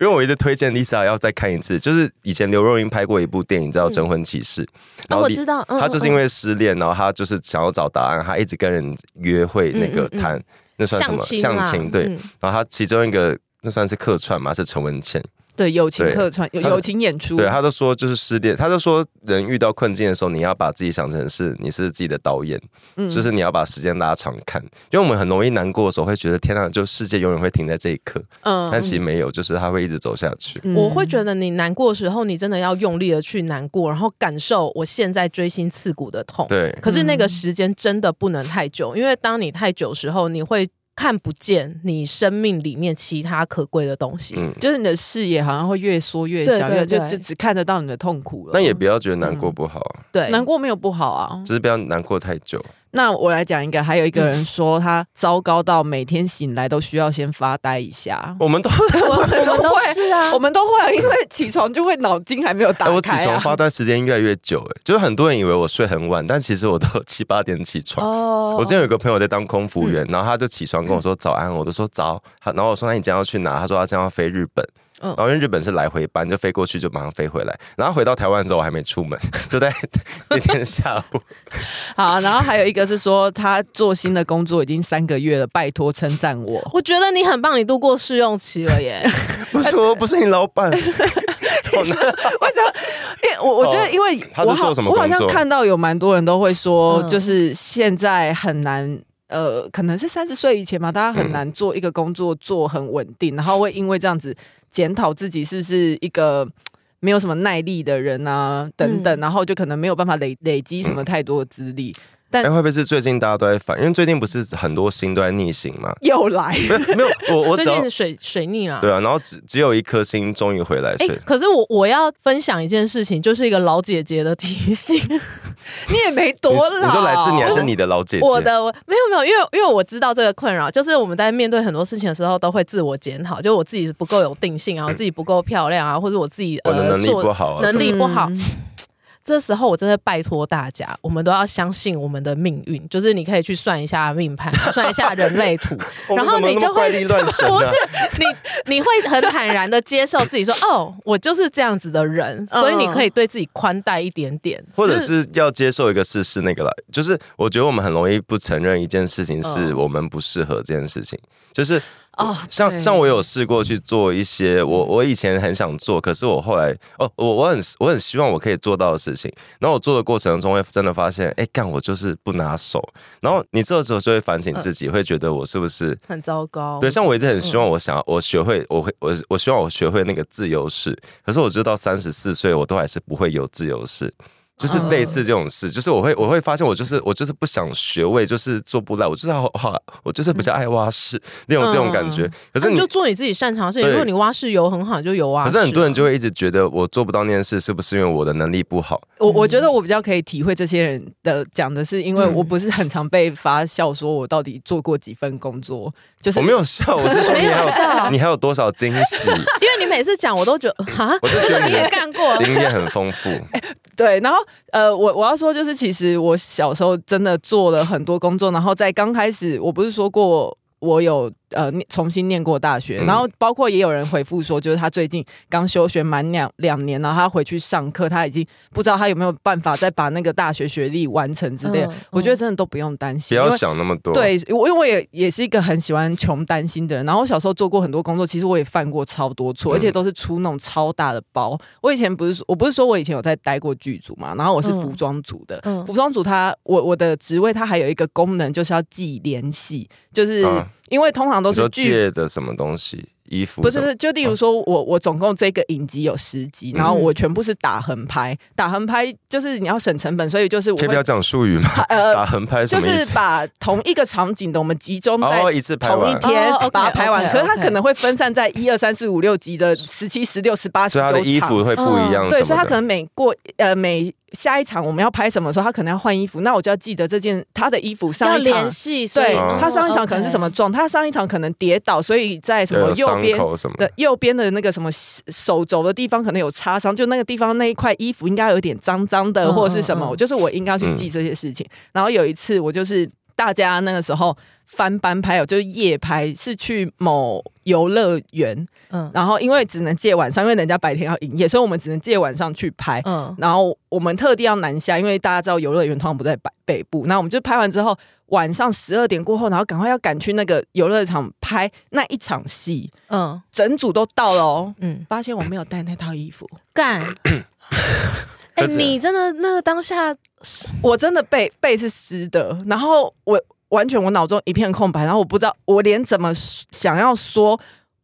S2: 因为我一直推荐 Lisa 要再看一次，就是以前刘若英拍过一部电影叫《征婚启事》，
S3: 啊，嗯我
S2: 李
S3: 知道，嗯
S2: 她就是因。
S3: 嗯嗯
S2: 为失恋，然后她就是想要找答案，她一直跟人约会，那个
S3: 嗯嗯嗯
S2: 谈、那算什么
S3: 相亲
S2: 相
S3: 啦
S2: 亲？对，
S3: 嗯
S2: 然后她其中一个。那算是客串嘛，是陈文茜，
S1: 对友情
S2: 对
S1: 客串，有
S2: 他
S1: 友情演出，
S2: 对，她都说就是失恋，她都说人遇到困境的时候，你要把自己想成是你是自己的导演，
S1: 嗯
S2: 就是你要把时间拉长看，因为我们很容易难过的时候会觉得天呐，就世界永远会停在这一刻，
S1: 嗯
S2: 但其实没有，就是它会一直走下去。
S1: 嗯
S3: 我会觉得你难过的时候，你真的要用力的去难过，然后感受我现在锥心刺骨的痛。
S2: 对，
S3: 可是那
S1: 嗯
S3: 个时间真的不能太久，因为当你太久的时候，你会看不见你生命里面其他可贵的东西。
S2: 嗯，
S1: 就是你的视野好像会越缩越小，
S3: 对对
S1: 越就
S3: 对
S1: 只只看得到你的痛苦了。
S2: 那也不要觉得难
S1: 嗯
S2: 过不好，啊
S3: 对，
S1: 难过没有不好啊。
S2: 只是不要难过太久。
S1: 那我来讲一个，还有一个人说他糟糕到每天醒来都需要先发呆一下。
S2: 我们都，
S3: 我我
S1: 我
S3: 们
S1: 们
S3: 都
S1: 会
S3: 是啊，
S1: 我们都会啊，因为起床就会脑筋还没有打
S2: 哎，
S1: 开、啊
S2: (laughs) 我起床发呆时间越来越久，哎，就是很多人以为我睡很晚，但其实我都七八点起床。
S3: 哦嗯
S2: 我之前有一个朋友在当空服员，然后他就起床跟我说早安，我都说早。他然后我说那你今天要去哪？他说他今天要飞日本。
S3: 嗯
S2: 然后因为日本是来回班，就飞过去就马上飞回来。然后回到台湾的时候，我还没出门， (laughs) 就在那天下午。
S1: 好，然后还有一个是说他做新的工作已经三个月了，拜托称赞我。
S3: 我觉得你很棒，你度过试用期了耶。
S2: (laughs) 不是我，不是你老板，
S1: 为什么？因为我我觉得，因为
S2: 哦他是
S1: 我好
S2: 做什么
S1: 我好
S2: 工
S1: 像
S2: 作
S1: 看到有蛮多人都会说，
S3: 嗯
S1: 就是现在很难。呃，可能是三十岁以前嘛，大家很
S2: 嗯
S1: 难做一个工作做很稳定，然后会因为这样子检讨自己是不是一个没有什么耐力的人啊，等等，
S3: 嗯
S1: 然后就可能没有办法累累积
S2: 嗯
S1: 什么太多的资历，
S2: (laughs) 哎、会不会是最近大家都在反？因为最近不是很多星都在逆行嘛？
S1: 又来
S2: 没有，没有， (laughs) 我我
S3: 最
S2: 只要
S3: 近水水逆啦。
S2: 对啊，然后只只有一颗星终于回来，所
S3: 哎、
S2: 以
S3: 可是我我要分享一件事情，就是一个老姐姐的提醒。
S1: 你也没
S2: 你
S1: 多
S2: 说
S1: 老，
S2: 你说来自你还是你的老姐姐？
S3: 我的我没有没有，因为因为我知道这个困扰，就是我们在面对很多事情的时候都会自我检讨，就我自己不够有定性啊，我自己不够漂亮啊，或者我自己
S2: 我的
S3: 呃
S2: 能力不
S3: 做。
S2: 好啊，
S3: 能力不好
S1: 嗯，
S3: 这时候我真的拜托大家，我们都要相信我们的命运，就是你可以去算一下命盘，算一下人类 (laughs) 图，
S2: 我们
S3: 然后
S2: 怎么
S3: 你
S2: 那么
S3: 就
S2: 怪
S3: 会 (laughs)
S2: 力乱神、啊，
S3: 不是你，你会很坦然的接受自己说，哦，我就是这样子的人，所以你可以对自己宽待一点点，
S2: 或者
S3: 就是
S2: 要接受一个事实，那个啦，就是我觉得我们很容易不承认一件事情是我们不适合这件事情，就是
S1: 哦
S2: 像
S1: 对
S2: 像我有试过去做一些我我以前很想做，可是我后来哦，我我很我很希望我可以做到的事情，然后我做的过程中会真的发现，哎，干我就是不拿手，然后你这时候就会反省自己，会觉得我是不是
S3: 很糟糕。
S2: 对，像我一直很希望我想要我学会，我会我我希望我学会那个自由式，可是我直到三十四岁，我都还是不会有自由式。就是类似这种事，就是我会我会发现我就是我就是不想学位，就是做不来，我就是好好，我就是比较爱挖屎那种这种感觉。可
S3: 那
S2: 是
S3: 你
S2: 你
S3: 就做你自己擅长的事情。
S2: 对
S3: 如果你挖室游很好，你就游啊。
S2: 可是很多人就会一直觉得我做不到那件事，是不是因为我的能力不好？
S1: 我我
S2: 嗯
S1: 觉得我比较可以体会这些人的讲的是，因为我不是很常被发笑说我到底做过几份工作，就是
S2: 我没有笑，我是说你还有你还有多少惊喜？
S3: 因为你每次讲，我都觉得哈，
S2: 我就觉得
S3: (laughs) 你也
S2: 你
S3: 干过。
S2: 经验很丰富，
S1: 对，然后呃，我我要说就是，其实我小时候真的做了很多工作，然后在刚开始，我不是说过。我有呃念重新念过大学，
S2: 嗯
S1: 然后包括也有人回复说，就是他最近刚休学满两两年，然后他回去上课，他已经不知道他有没有办法再把那个大学学历完成之类的。
S3: 嗯
S1: 我觉得
S3: 嗯
S1: 真的都不用担心，
S2: 不
S1: 因
S2: 要
S1: 为
S2: 想那么多。，
S1: 对，我因为我也也是一个很喜欢穷担心的人，然后我小时候做过很多工作，其实我也犯过超多错，而
S2: 嗯
S1: 且都是出那种超大的包。我以前不是说我不是说我以前有在待过剧组嘛，然后我是服
S3: 嗯
S1: 装组的。
S3: 嗯
S1: 服装组它，我我的职位它还有一个功能，就是要记联系，就是
S2: 啊
S1: 因为通常都
S2: 你
S1: 是
S2: 说
S1: 剧
S2: 借的什么东西，衣服嗯
S1: 不是
S2: 什
S1: 不
S2: 么
S1: 是，就例如说我我总共这个影集有十集，然后
S2: 嗯
S1: 我全部是打横拍，打横拍就是你要省成本，所以就是我
S2: 可以不要
S1: 会
S2: 讲术语吗？
S1: (laughs) 呃
S2: 打横拍什
S1: 就
S2: 么意
S1: 是
S2: 思？
S1: 把同一个场景的我们集中在
S2: 哦，一次拍
S1: 同一
S2: 完，
S1: 天
S3: 哦，OK，
S1: 把它拍完，
S3: OK，
S1: 可是它
S3: OK
S1: 可能会分散在一二三四五六集的十七、十六、十八、十
S2: 所以他的衣
S1: 九场。
S2: 服会不一样什
S1: 嗯
S2: 么的。
S1: 对，所以他可能每过呃每下一场我们要拍什么的时候，他可能要换衣服，那我就要记得这件他的衣服
S3: 要
S1: 上一场
S3: 联。系，所以
S1: 对
S2: 嗯
S1: 他上一场可能是什么？
S3: 哦
S1: 状，他上一场可能跌倒，所以在什
S2: 有
S1: 么右
S2: 伤
S1: 边
S2: 口什
S3: 嗯
S2: 么
S1: 的右边的那个什么手肘的地方可能有擦伤，就那个地方那一块衣服应该有点脏脏的，
S3: 嗯
S1: 或者是什么，
S3: 嗯嗯
S1: 就是我应该要去记这些事情。然后有一次我就是大家那个时候翻班拍，有就是夜拍，是去某游乐园，
S3: 嗯
S1: 然后因为只能借晚上，因为人家白天要营业，所以我们只能借晚上去拍。
S3: 嗯，
S1: 然后我们特地要南下，因为大家知道游乐园通常不在北北部。那我们就拍完之后，晚上十二点过后，然后赶快要赶去那个游乐场拍那一场戏，
S3: 嗯
S1: 整组都到了哦。
S3: 嗯，
S1: 发现我没有带那套衣服，
S2: (coughs)
S3: 干。哎，
S2: 可是
S3: 你真的那个当下
S1: 我真的背背是湿的，然后我完全我脑中一片空白，然后我不知道我连怎么想要说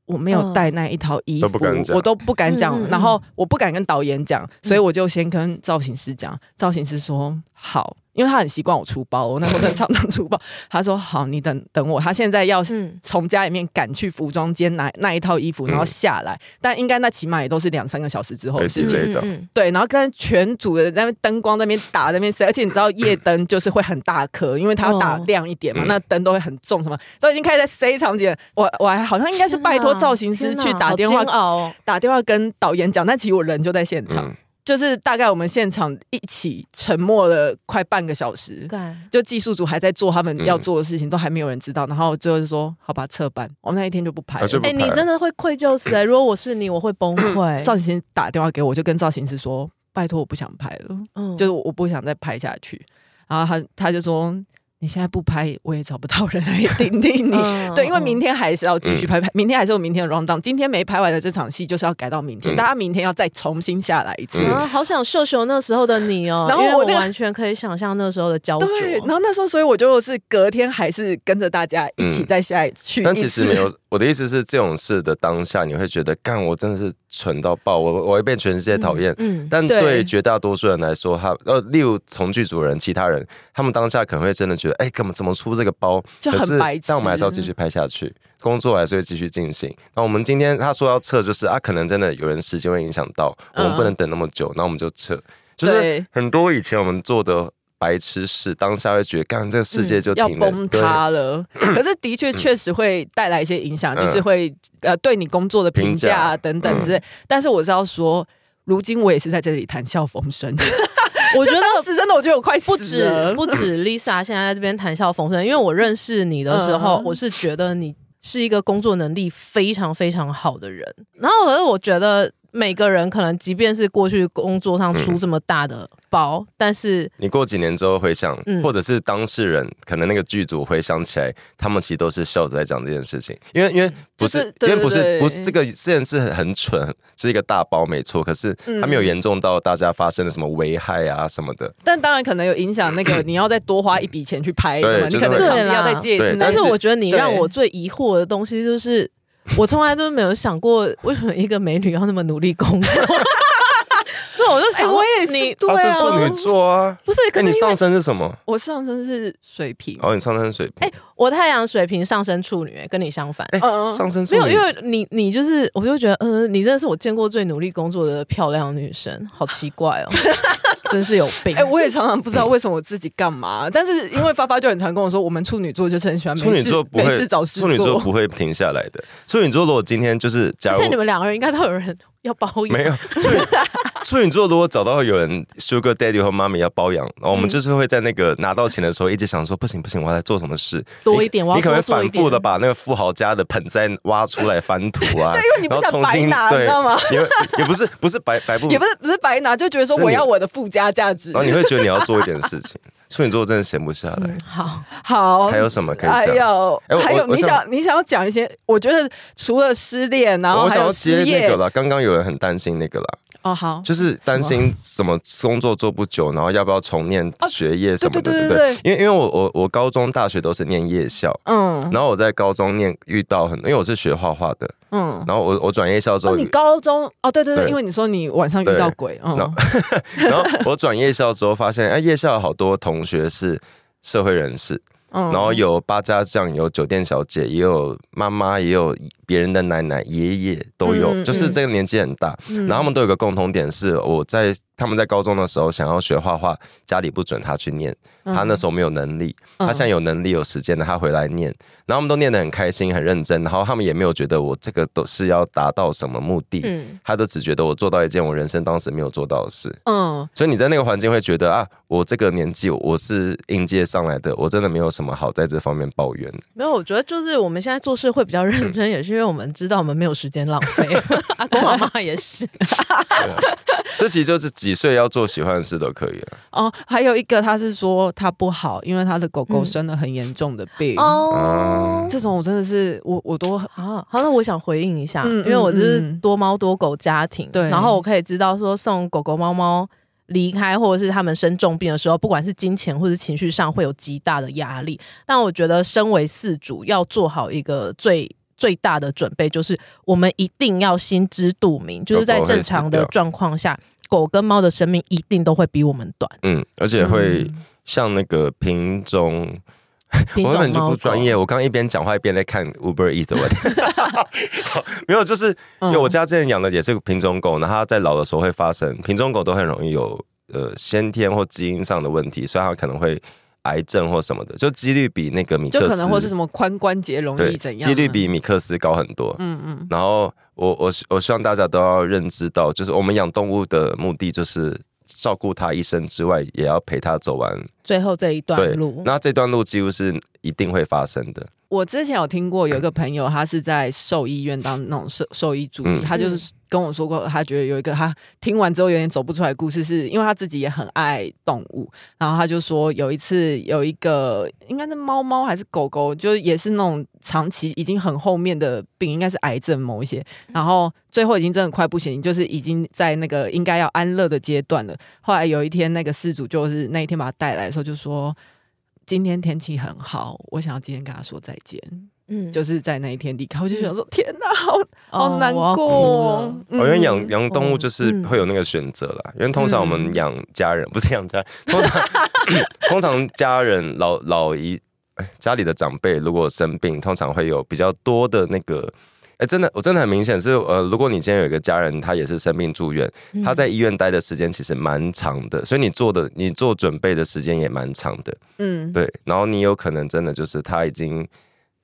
S1: 我没有带那一套衣服，
S2: 都不敢讲
S1: 我都不敢讲，
S3: 嗯嗯嗯
S1: 然后我不敢跟导演讲，所以我就先跟造型师讲，造型师说好。因为他很习惯我出包，我那时候真的常常出包。 (laughs) 他说：“好，你等等我。”他现在要
S3: 嗯
S1: 从家里面赶去服装间拿那一套衣服，然后下来，但应该那起码也都是两三个小时之后的
S2: 嗯哎
S1: 事
S2: 之
S1: 情。
S2: 类的
S3: 嗯
S1: 对，然后跟全组的人在那边灯光在那边打在那边塞，而且你知道夜灯就是会很大颗，因为它要打
S3: 哦
S1: 亮一点嘛，
S2: 嗯
S1: 那灯都会很重，什么都已经开始在塞场景了。我我还好像应该是 (laughs) 拜托造型师去打电话
S3: 天哪好煎熬哦
S1: 打电话跟导演讲，但其实我人就在现场，
S2: 嗯，
S1: 就是大概我们现场一起沉默了快半个小时。
S3: 干，
S1: 就技术组还在做他
S2: 嗯
S1: 们要做的事情，都还没有人知道，然后最后就说好吧，撤班，我们那一天就不拍
S2: 啊
S1: 了。
S2: 就不
S3: 哎，你真的会愧疚死哎！如果我是你，我会
S2: (coughs)
S3: 崩溃。
S1: 造型师打电话给我，就跟造型师说，拜托我不想拍了。
S3: 嗯
S1: 就是我不想再拍下去。然后他他就说，你现在不拍，我也找不到人
S3: (laughs)
S1: 来顶替你。
S3: 嗯
S1: 对，因为明
S3: 嗯
S1: 天还是要继续拍，拍明天还是有明天的 round down，今天没拍完的这场戏就是要改到明天，
S2: 嗯
S1: 大家明天要再重新下来一次。
S2: 嗯
S3: 啊，好想秀秀那时候的你哦，
S1: 然后
S3: 因为
S1: 我
S3: 我
S1: 那个
S3: 完全可以想象那时候的焦灼。
S1: 对，然后那时候，所以我就是隔天还是跟着大家一起
S2: 嗯
S1: 再下去一次、
S2: (laughs) 但其实没有，我的意思是，这种事的当下，你会觉得，干，我真的是蠢到爆，我我会被全世界讨厌。
S3: 嗯，
S2: 但
S1: 对
S2: 对绝大多数人来说，他呃，例如从剧组人、其他人，他们当下可能会真的觉得，哎，怎么怎么出这个包？
S1: 就很
S2: 可是
S1: 白痴嗯
S2: 但我们还是要继续拍下去，工作还是会继续进行。那我们今天他说要撤，就是啊，可能真的有人时间会影响到，我们不能等那么久，那我们就撤。就
S1: 嗯
S2: 是
S1: 对
S2: 很多以前我们做的白痴事，当下会觉得，干，这个世界就
S1: 嗯要
S2: 停了，
S1: 崩
S2: 对
S1: 塌
S2: (clears throat)
S1: 了。可是的确确实会带来一些影响，
S2: 嗯
S1: 就是会呃对你工作的评价啊等等之类。但是我是要说，如今我也是在这里谈笑风生。
S3: 我觉得
S1: 当时真的我觉得我快
S3: 不
S1: 死
S3: 止
S1: 了。
S3: 不止 Lisa 现在在这边谈笑风生，因为我认识你的时候，
S1: 嗯
S3: 我是觉得你是一个工作能力非常非常好的人。然后可是我觉得每个人可能即便是过去工作上
S1: 嗯
S3: 出这么大的包，但是
S2: 你过几年之后回想，
S3: 嗯
S2: 或者是当事人，可能那个剧组回想起来，他们其实都是笑着在讲这件事情，因为因为不是，
S1: 就是对
S2: 因为不是
S1: 对对
S2: 不是这个虽然是很很蠢，是一个大包没错，可是它没有严重到大家发生了什么危害啊什么的。
S1: 但当然可能有影响，那个你要再多花一笔钱去拍
S2: 对
S1: 什么，你
S2: 就是
S1: 可能
S3: 会
S1: 场地
S3: 对啦
S1: 要再借一次
S2: 对。
S1: 那
S3: 但
S1: 你
S3: 是我觉得你
S1: 对
S3: 让我最疑惑的东西就是，我从来都没有想过为什么一个美女要那么努力工作。 (laughs) 所以我就想
S1: 哎
S3: 说，
S1: 我也是
S3: 你
S1: 对
S2: 他
S1: 啊
S2: 是处女座啊，
S3: 不是，可
S2: 那
S3: 是
S2: 你
S3: 因为
S2: 上身是什么？
S1: 我上身是水瓶，
S2: 哦，你上身水瓶，
S3: 我太阳水平上升处女，跟你相反。
S2: 哎
S1: 嗯
S2: 上身处
S3: 没有，
S2: 女
S3: 因。为你你就是，我就觉得，嗯、你真的是我见过最努力工作的漂亮女生，好奇怪 (laughs) 哦，真是有病。
S1: 哎、我也常常不知道为什么我自己干嘛，但是因为发发就很常跟我说，我们处女座就是很喜欢没
S2: 处女
S1: 事
S2: 座不
S1: 没
S2: 会
S1: 事，找事
S2: 处女座
S1: 做。
S2: 不会停下来的。处女座如果今天就是假
S3: 而
S2: 如
S3: 且你们两个人应该都有
S2: (laughs)
S3: 人要包养，
S2: 哎没有处女处女座，如果找到有人 Sugar Daddy 和妈咪要包养，然后我们就是会在那个拿到钱的时候，一直想说不行不行，我要来做什么事
S3: 多一点
S2: 你
S3: 我要
S2: 你可能
S3: 多做
S2: 反
S3: 一
S2: 复的
S3: 点
S2: 把那个富豪家的盆栽挖出来翻土啊，对，
S1: 因为你不想白拿你知道吗？
S2: 也也不是不是白白不，
S1: 也不是不是白拿，就觉得说
S2: 是你
S1: 我要我的附加价值
S2: 然后。你会觉得你要做一点事情。处女座真的闲不下
S1: 嗯
S2: 来，
S3: 好，
S1: 好，
S2: 还有什么可以
S1: 还
S2: 讲？
S1: 有
S2: 哎我
S1: 还有，
S2: 我我
S1: 你
S2: 想
S1: 想你想要讲一些？我觉得除了失恋，然后
S2: 我
S1: 还
S2: 想
S1: 有
S2: 要接
S1: 失
S2: 那
S1: 业
S2: 个啦，刚刚有人很担心那个啦，
S1: 哦，好，
S2: 就是担心什么工作做不久，然后要不要重念学业什么的，
S1: 哦对对
S2: 不
S1: 对
S2: 对？因为因为我我我高中、大学都是念夜校，
S1: 嗯
S2: 然后我在高中念遇到很，因为我是学画画的，
S1: 嗯。
S2: 然后我我转夜校之
S1: 哦，
S2: 后，
S1: 你高中哦，对对对，
S2: 对
S1: 因为你说你晚上遇到鬼，
S2: 然后
S1: 嗯，
S2: 然后我转夜校之后发现，哎，夜校有好多同学是社会人士，
S1: 嗯
S2: 然后有八家将，有酒店小姐，也有妈妈，也有别人的奶奶、爷爷都有，
S1: 嗯嗯嗯
S2: 就是这个年纪很大。然后他们都有个共同点是，我在他们在高中的时候想要学画画，家里不准他去念，
S1: 嗯
S2: 他那时候没有能力，他现在有能力有时间了，他回来念。然后他们都念得很开心、很认真，然后他们也没有觉得我这个都是要达到什么目的，
S3: 嗯，
S2: 他都只觉得我做到一件我人生当时没有做到的事。
S1: 嗯，
S2: 所以你在那个环境会觉得啊，我这个年纪我我是应届上来的，我真的没有什么好在这方面抱怨。
S3: 没有，我觉得就是我们现在做事会比较
S2: 嗯
S3: 认真，也是因为我们知道我们没有时间浪
S2: (laughs)
S3: 费。阿公阿妈也是，
S2: 这其实就是几岁要做喜欢的事都可以啊了。
S1: 哦，还有一个他是说他不好，因为他的狗狗生了很严重的病。
S3: 哦。
S1: 这种我真的是我我都
S3: 好，啊好，那我想回应一下，
S1: 嗯
S3: 因为我就是
S1: 嗯嗯
S3: 多猫多狗家庭，
S1: 对
S3: 然后我可以知道说送狗狗、猫猫离开，或者是他们生重病的时候，不管是金钱或者情绪上会有极大的压力。但我觉得，身为饲主要做好一个最最大的准备，就是我们一定要心知肚明，就是在
S2: 狗狗会
S3: 正常的
S2: 死掉
S3: 状况下，狗跟猫的生命一定都会比我们
S2: (laughs)
S3: 短。
S2: 嗯，而且会像那个品种，
S3: 品
S2: 我根
S3: 种
S2: 本就
S3: 猫
S2: 不
S3: 狗
S2: 专业。我刚刚一边讲话一边在看 Uber Eats 的问题。
S1: (laughs)
S2: 好没有，就是
S1: 嗯
S2: 因为我家之前养的也是个品种狗，然后它在老的时候会发生，品种狗都很容易有呃先天或基因上的问题，所以它可能会癌症或什么的，就几率比那个米克
S1: 就
S2: 斯
S1: 可能或是什么髋关节容
S2: 对，
S1: 易怎样，啊
S2: 几率比米克斯高很多。
S1: 嗯嗯
S2: 然后我我希我希望大家都要认知到，就是我们养动物的目的就是照顾它一生之外，也要陪它走完。
S3: 最后这一段
S2: 对
S1: 嗯
S3: 路，，
S2: 那这段路几乎是一定会发生的。
S1: 我之前有听过有一个朋友，他是在兽医院当那种兽兽医助理，
S2: 嗯
S1: 他就是跟我说过，他觉得有一个他听完之后有点走不出来的故事是，因为他自己也很爱动物，然后他就说有一次有一个应该是猫猫还是狗狗，就也是那种长期已经很后面的病，应该是癌症某一些，然后最后已经真的快不行，就是已经在那个应该要安乐的阶段了。后来有一天，那个事主就是那一天把他带来的时候就说。今天天气很好，我想要今天跟他说再见，
S3: 嗯
S1: 就是在那一天离开，我就想说，天哪，好好难
S3: 哦
S1: 过
S3: 我要哭了
S1: 哦。
S2: 哦因为养养动物就是
S3: 嗯
S2: 会有那个选择啦，因为通常我
S1: 嗯
S2: 们养家人不是养家人，通
S1: (laughs)
S2: 常通常家人老老一哎家里的长辈如果生病，通常会有比较多的那个。哎，真的，我真的很明显是，呃，如果你今天有一个家人，他也是生病住院，
S1: 嗯
S3: 嗯
S2: 他在医院待的时间其实蛮长的，所以你做的你做准备的时间也蛮长的，
S1: 嗯，
S2: 对。然后你有可能真的就是他已经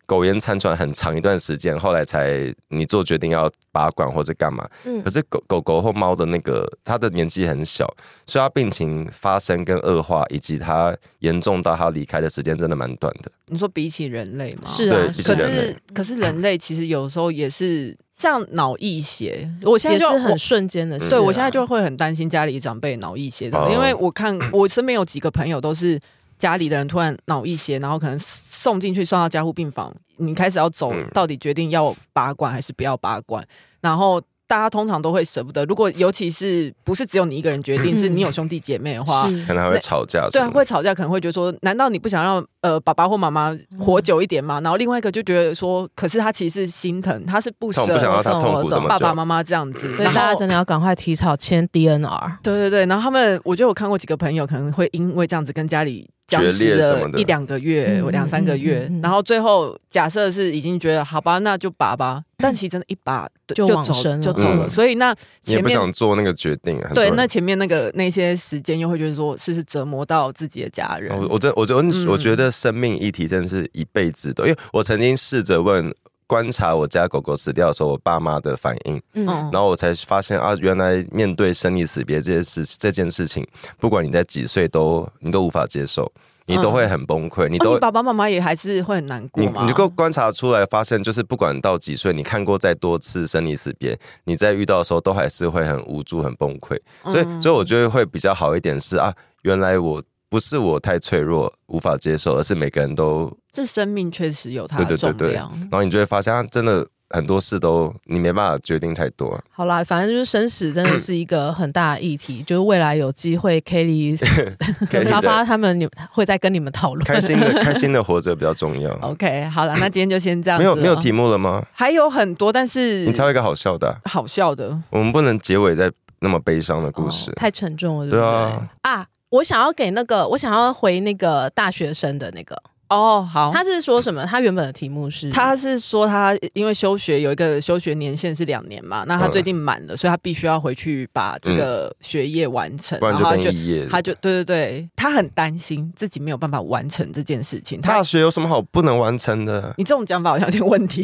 S2: 苟延残喘很长一段时间，后来才你做决定要拔管或者干嘛。
S3: 嗯
S2: 可是狗狗狗或猫的那个，它的年纪很小，所以它病情发生跟恶化，以及它严重到它离开的时间真的蛮短的。
S1: 你说比起人类吗？
S3: 是啊
S2: 对，
S3: 是
S2: 比起
S1: 可
S2: 人类
S1: 是，可是人类其实有时候也是像脑溢血，我现在
S3: 也
S1: 就是
S3: 很
S1: 我
S3: 瞬间的事啊。
S1: 对我现在就会很担心家里长辈脑溢血什么的，
S2: 哦
S1: 因为我看我身边有几个朋友都是家里的人突然脑溢血，然后可能送进去送到加护病房，你开始要走，
S2: 嗯
S1: 到底决定要拔管还是不要拔管，然后。大家通常都会舍不得，如果尤其是不是只有你一个人决定，
S2: (laughs)
S3: 嗯
S1: 是你有兄弟姐妹的话，
S3: 是
S2: 可能还会吵架什
S1: 对啊，
S2: 么的。
S1: 会吵架，可能会觉得说，难道你不想让呃爸爸或妈妈活久
S3: 嗯
S1: 一点吗？然后另外一个就觉得说，可是他其实是心疼，他是不
S2: 但
S1: 舍
S2: 我不想让它
S3: 我懂
S2: 痛
S3: 我
S2: 苦
S3: 懂
S2: 这么
S1: 爸
S2: 久
S1: 爸。妈妈这样子，
S3: 所以
S1: 然
S3: 大家
S1: 后
S3: 真的要赶快提早签 DNR。
S1: 对对对，然后他们，我觉得我看过几个朋友，可能会因为这样子跟家里僵持
S2: 决裂什么
S1: 了
S2: 的
S1: 一两个月、
S3: 嗯
S1: 两三个月，
S3: 嗯嗯嗯嗯
S1: 然后最后假设是已经觉得好吧，那就拔吧，但其实真的一拔
S3: 嗯就
S1: 就
S3: 往
S1: 走
S3: 生了
S1: 就走了，
S2: 嗯
S1: 所以那
S2: 你也
S1: 前
S2: 不
S1: 面
S2: 想做那个决定，很多
S1: 对
S2: 人
S1: 那前面那个那些时间又会觉得说，是不是折磨到自己的家人？
S2: 哦我我真我真我
S1: 嗯
S2: 觉得生命议题真的是一辈子的，因为我曾经试着问观察我家狗狗死掉的时候，我爸妈的反应，
S3: 嗯，
S2: 然后我才发现啊，原来面对生离死别这件事这件事情，不管你在几岁都你都无法接受，你都会很崩溃，你
S1: 哦，
S2: 都
S1: 你。爸爸妈妈也还是会很难过
S2: 你
S1: 吗？
S2: 你能够观察出来，发现就是不管到几岁，你看过再多次生离死别，你在遇到的时候都还是会很无助、很崩溃。所
S1: 嗯
S2: 以，所以我觉得会比较好一点是啊，原来我不是我太脆弱无法接受，而是每个人都
S1: 这生命确实有它
S2: 对
S1: 的
S2: 对
S1: 重
S2: 对
S1: 量。
S2: 对，然后你就会发现，啊真的很多事都你没办法决定太
S1: (laughs)
S2: 多。
S3: 好啦，反正就是生死真的是一个很大的
S2: (coughs)
S3: 议题，就是未来有机会 Kelly 跟
S2: Kelly
S3: 发
S2: 在
S3: 发他们你会再跟你们讨
S2: (laughs)
S3: 论。
S2: 开
S1: (laughs)
S2: 心的开心的活着比较重要。
S1: OK，好了，那今天就先这样
S2: 没
S1: 子
S2: 有没有
S1: 了
S2: 题，目了吗？
S1: 还有很多，但是
S2: 你挑一个好笑的啊、
S1: 好笑的。
S2: 我们不能结尾在那么悲伤的故事。
S3: 哦太沉重了，对
S2: 对
S3: 不对？
S2: 啊，
S3: 啊，我想要给那个，我想要回那个大学生的那个，
S1: 哦，好，
S3: 他是说什么？他原本的题目是
S1: 他是说他因为休学有一个休学年限是两年嘛，
S2: 嗯
S1: 那他最近满了，所以他必须要回去把这个学业完成，
S2: 不然就
S1: 后他
S2: 当
S1: 就
S2: 一夜。
S1: 他就对对对，他很担心自己没有办法完成这件事情。他
S2: 大学有什么好不能完成的？
S1: 你这种讲法好像有点问 (laughs) 题，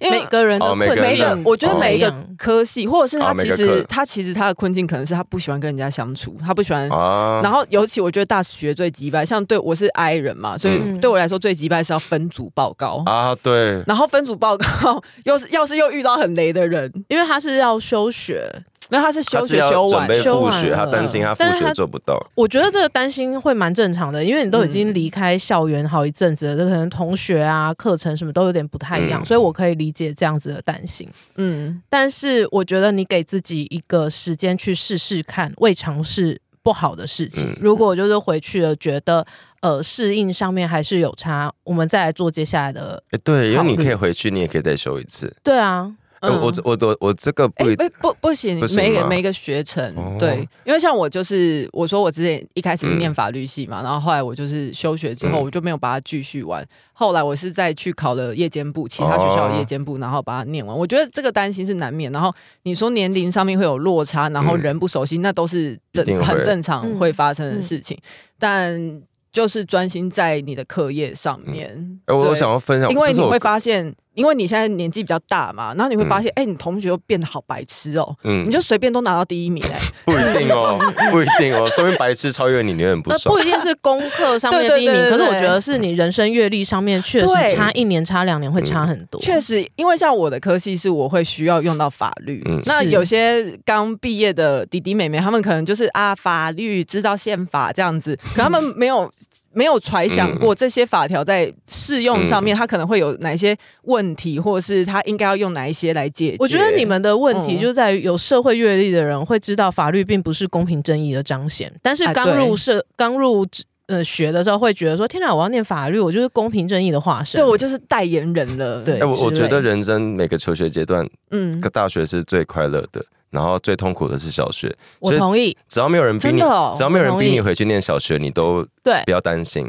S1: 因为
S3: 每个人的
S2: 哦每个
S3: 困
S2: 人的
S3: 境，
S1: 我觉得每一个
S3: 哦
S1: 科系，或者是他
S2: 哦每
S1: 其
S2: 个
S1: 实
S2: 课
S1: 他其实他的困境可能是他不喜欢跟人家相处，他不喜欢
S2: 啊，
S1: 然后尤其我觉得大学最急掰，像对我是 I 人嘛，所以
S3: 嗯
S1: 对我来说最急掰是要分组报告。
S2: 啊，对，
S1: 然后分组报告 (laughs) 又是要是又遇到很雷的人，
S3: 因为他是要休学，
S1: 那他是
S2: 他
S1: 休
S2: 是
S1: 学
S2: 要
S1: 休
S2: 准
S1: 完，
S2: 备
S3: 休
S2: 复
S3: 完
S2: 学，他
S3: 了
S2: 担心他复
S3: 但是他
S2: 学做不到。
S3: 我觉得这个担心会蛮正常的，因为你都已经
S1: 嗯
S3: 离开校园好一阵子了，这、可能同学啊、课程什么都有点不太一样，
S2: 嗯
S3: 所以我可以理解这样子的担心。
S1: 嗯，
S3: 但是我觉得你给自己一个时间去试试看，未尝是不好的事情。
S2: 嗯
S3: 如果就是回去了，觉得呃适应上面还是有差，我们再来做接下来的。
S2: 哎，对，因为
S3: 考虑
S2: 你可以回去，你也可以再修一次。
S3: 对啊，
S2: 哎我我我我这个
S1: 哎
S2: 不一
S1: 嗯哎不不行
S2: 不，行
S1: 每个
S2: 吗
S1: 每个学程
S2: 哦
S1: 对，因为像我就是我说我之前一开始是
S2: 嗯
S1: 念法律系嘛，然后后来我就是休学之后
S2: 嗯
S1: 我就没有把它继续完，后来我是再去考了夜间部，其他学校的
S2: 哦
S1: 夜间部，然后把它念完。我觉得这个担心是难免，然后你说年龄上面会有落差，然后
S2: 嗯
S1: 人不熟悉，那都是正
S2: 一定会
S1: 很正常
S3: 嗯
S1: 会发生的事情，但就是专心在你的课业上面。
S2: 哎，我
S1: 对
S2: 我想要分享，
S1: 因为
S2: 这是
S1: 你
S2: 我
S1: 会发现，因为你现在年纪比较大嘛，然后你会发现，哎、你同学又变得好白痴哦、
S2: 嗯
S1: 你就随便都拿到第一名
S2: (laughs)
S1: 哎、
S2: 不一
S1: (laughs)
S2: 定哦，不一定哦，说明白痴超越你，你有
S1: 呃
S2: 点不
S3: 那
S2: 爽
S3: 不。一定是功课上
S1: (laughs)
S3: 面的第一名，
S1: 对对对对
S3: 可
S1: 对
S3: 是我觉得是你人生阅历上面确实
S1: 对嗯
S3: 差一年、差两年会差很多。
S1: 确实，因为像我的科系是我会需要用到法律，
S2: 嗯
S1: 那
S3: 是
S1: 有些刚毕业的弟弟妹妹，他们可能就是啊，法律知道宪法这样子，可他们没有。 (laughs) 没有揣想
S2: 嗯
S1: 过这些法条在适用上面，他可能会有哪一些问题，或者是他应该要用哪一些来解决？
S3: 我觉得你们的问题
S1: 嗯
S3: 就在于有社会阅历的人会知道法律并不是公平正义的彰显，但是
S1: 哎
S3: 刚
S1: 对
S3: 入社、刚入呃学的时候会觉得说：“天哪，我要念法律，我就是公平正义的化身。”
S1: 对我就是代言人了。
S3: 对
S2: 哎，我我
S3: 之
S2: 觉
S3: 类
S2: 得人生每个求学阶段，
S1: 嗯，
S2: 大学是最快乐的，然后最痛苦的是小学。
S3: 我同意，
S2: 只要没有人逼
S1: 真
S2: 你，
S1: 的哦
S2: 只要没有人
S3: 我
S2: 逼
S3: 同
S1: (laughs)
S3: 意
S2: 你回去念小学，你都
S3: 对
S2: 不要担心。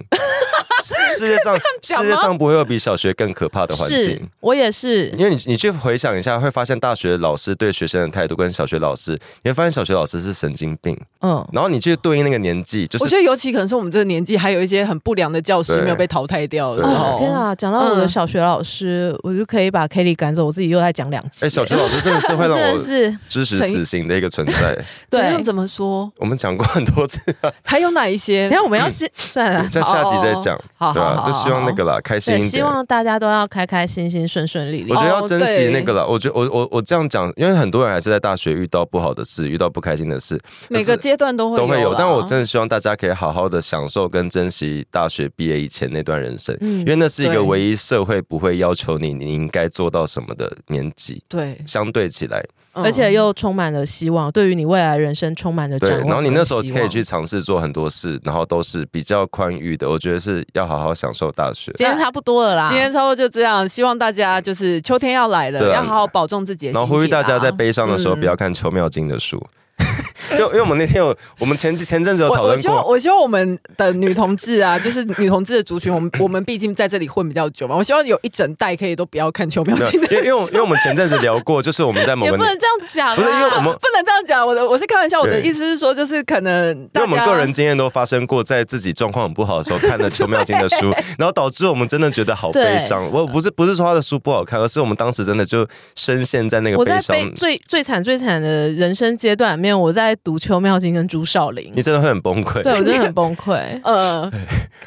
S2: 世界上世界上不会有比小学更可怕的环
S3: 是
S2: 境。
S3: 我也是
S2: 因为你你去回想一下，会发现大学老师对学生的态度跟小学老师，你会发现小学老师是神经病，
S3: 嗯。
S2: 然后你去对应那个年纪，就
S1: 我
S2: 是
S1: 觉得尤其可能是我们这个年纪，还有一些很不良的教师
S2: 对
S1: 没有被淘汰掉的时
S3: 哦
S1: 候。
S3: 天啊！讲到我的小学老师，我就可以把 Kelly 赶走，我自己又再讲两
S2: 嗯
S3: 次。
S2: 哎，小学老师真的是会
S3: 真
S2: 让
S3: 的
S2: 我
S3: 是
S2: 支持死刑的一个存在。
S1: 怎
S3: 对。
S1: 样怎么说？
S2: 我们讲过很多次，啊
S1: 还有哪一些
S3: 等一？下我们要是
S2: 嗯
S3: 算了，
S2: 在下集再讲，
S1: 好好
S2: 对吧
S1: 哦好？好
S2: 就希望那个啦，开心
S3: 对，
S2: 一
S3: 希
S2: 点。
S3: 望大家都要开开心心、顺顺利利
S2: 我觉。得要
S1: 哦
S2: 珍惜
S1: 对
S2: 那个啦。我觉得我我我这样讲，因为很多人还是在大学遇到不好的事，遇到不开心的事，
S1: 每个
S2: 可是
S1: 阶段都会
S2: 都会有。
S1: 啦
S2: 但我真的希望大家可以好好的享受跟珍惜大学毕业以前那段人生，
S3: 嗯
S2: 因为那是一
S1: 对
S2: 个唯一社会不会要求你你应该做到什么的年纪。
S1: 对，
S2: 相对起来，
S1: 嗯
S3: 而且又充满了希望，对于你未来人生充满了
S2: 对
S3: 展，望。
S2: 然后你那时候可以去。尝试做很多事，然后都是比较宽裕的。我觉得是要好好享受大学。
S3: 今天差不多了啦，
S1: 今天差不多就这样，希望大家就是秋天要来了，
S2: 嗯对啊
S1: 要好好保重自己的心情
S2: 然
S1: 啊。嗯
S2: 后呼吁大家在悲伤的时候不要看邱妙金的书， (laughs) 因为因为我们那天有我们前前阵子有
S1: 我
S2: 讨
S1: 我
S2: 论
S1: 希望，
S2: 过，
S1: 我希望我们的女同志啊， (laughs) 就是女同志的族群，我们我 (coughs) 们毕竟在这里混比较久嘛，我希望有一整代可以都不要看邱妙
S2: 对
S1: 金的
S2: 因为因为
S1: 书
S2: 我因为我们前阵子聊过，就是我们在某
S3: 也
S2: 个
S3: 不能这样讲啊
S2: 不是因为
S3: 啦。
S2: 我们
S1: (laughs) 不能这样讲，我的我是开玩笑，我的
S2: 对
S1: 意思是说，就是可能
S2: 因
S1: 大
S2: 为
S1: 家。
S2: 我们个人经验都发生过，在自己状况很不好的时候看了邱妙金的书，然后导致我们真的觉得好悲伤。我不是不是说他的书不好看，而是我们当时真的就深陷在那个
S3: 我
S2: 悲
S3: 在
S2: 伤。
S3: 悲最最惨最惨的人生阶段里面，我在读邱妙金跟朱少林
S2: 你，真的会很崩溃。
S3: 对我真的很崩溃
S2: (laughs)
S1: 呃，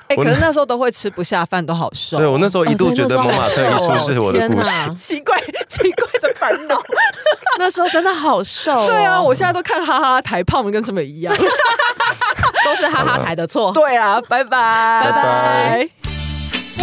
S1: 哎，
S2: 我
S1: 可是那时候都会吃不下饭，都好瘦，
S2: 对我那时候一度觉得蒙马特一书是我的故
S3: 哦对那时候
S2: 事
S3: 好瘦哦天。哪
S1: 奇怪奇怪的烦恼。
S3: 那时候真的好瘦哦、
S1: (laughs) 对啊，我现在都看哈哈台胖的跟什么一 (laughs) 样。
S3: 都是哈哈台的错。
S1: 对啊，拜拜，拜
S2: 拜。
S4: 喜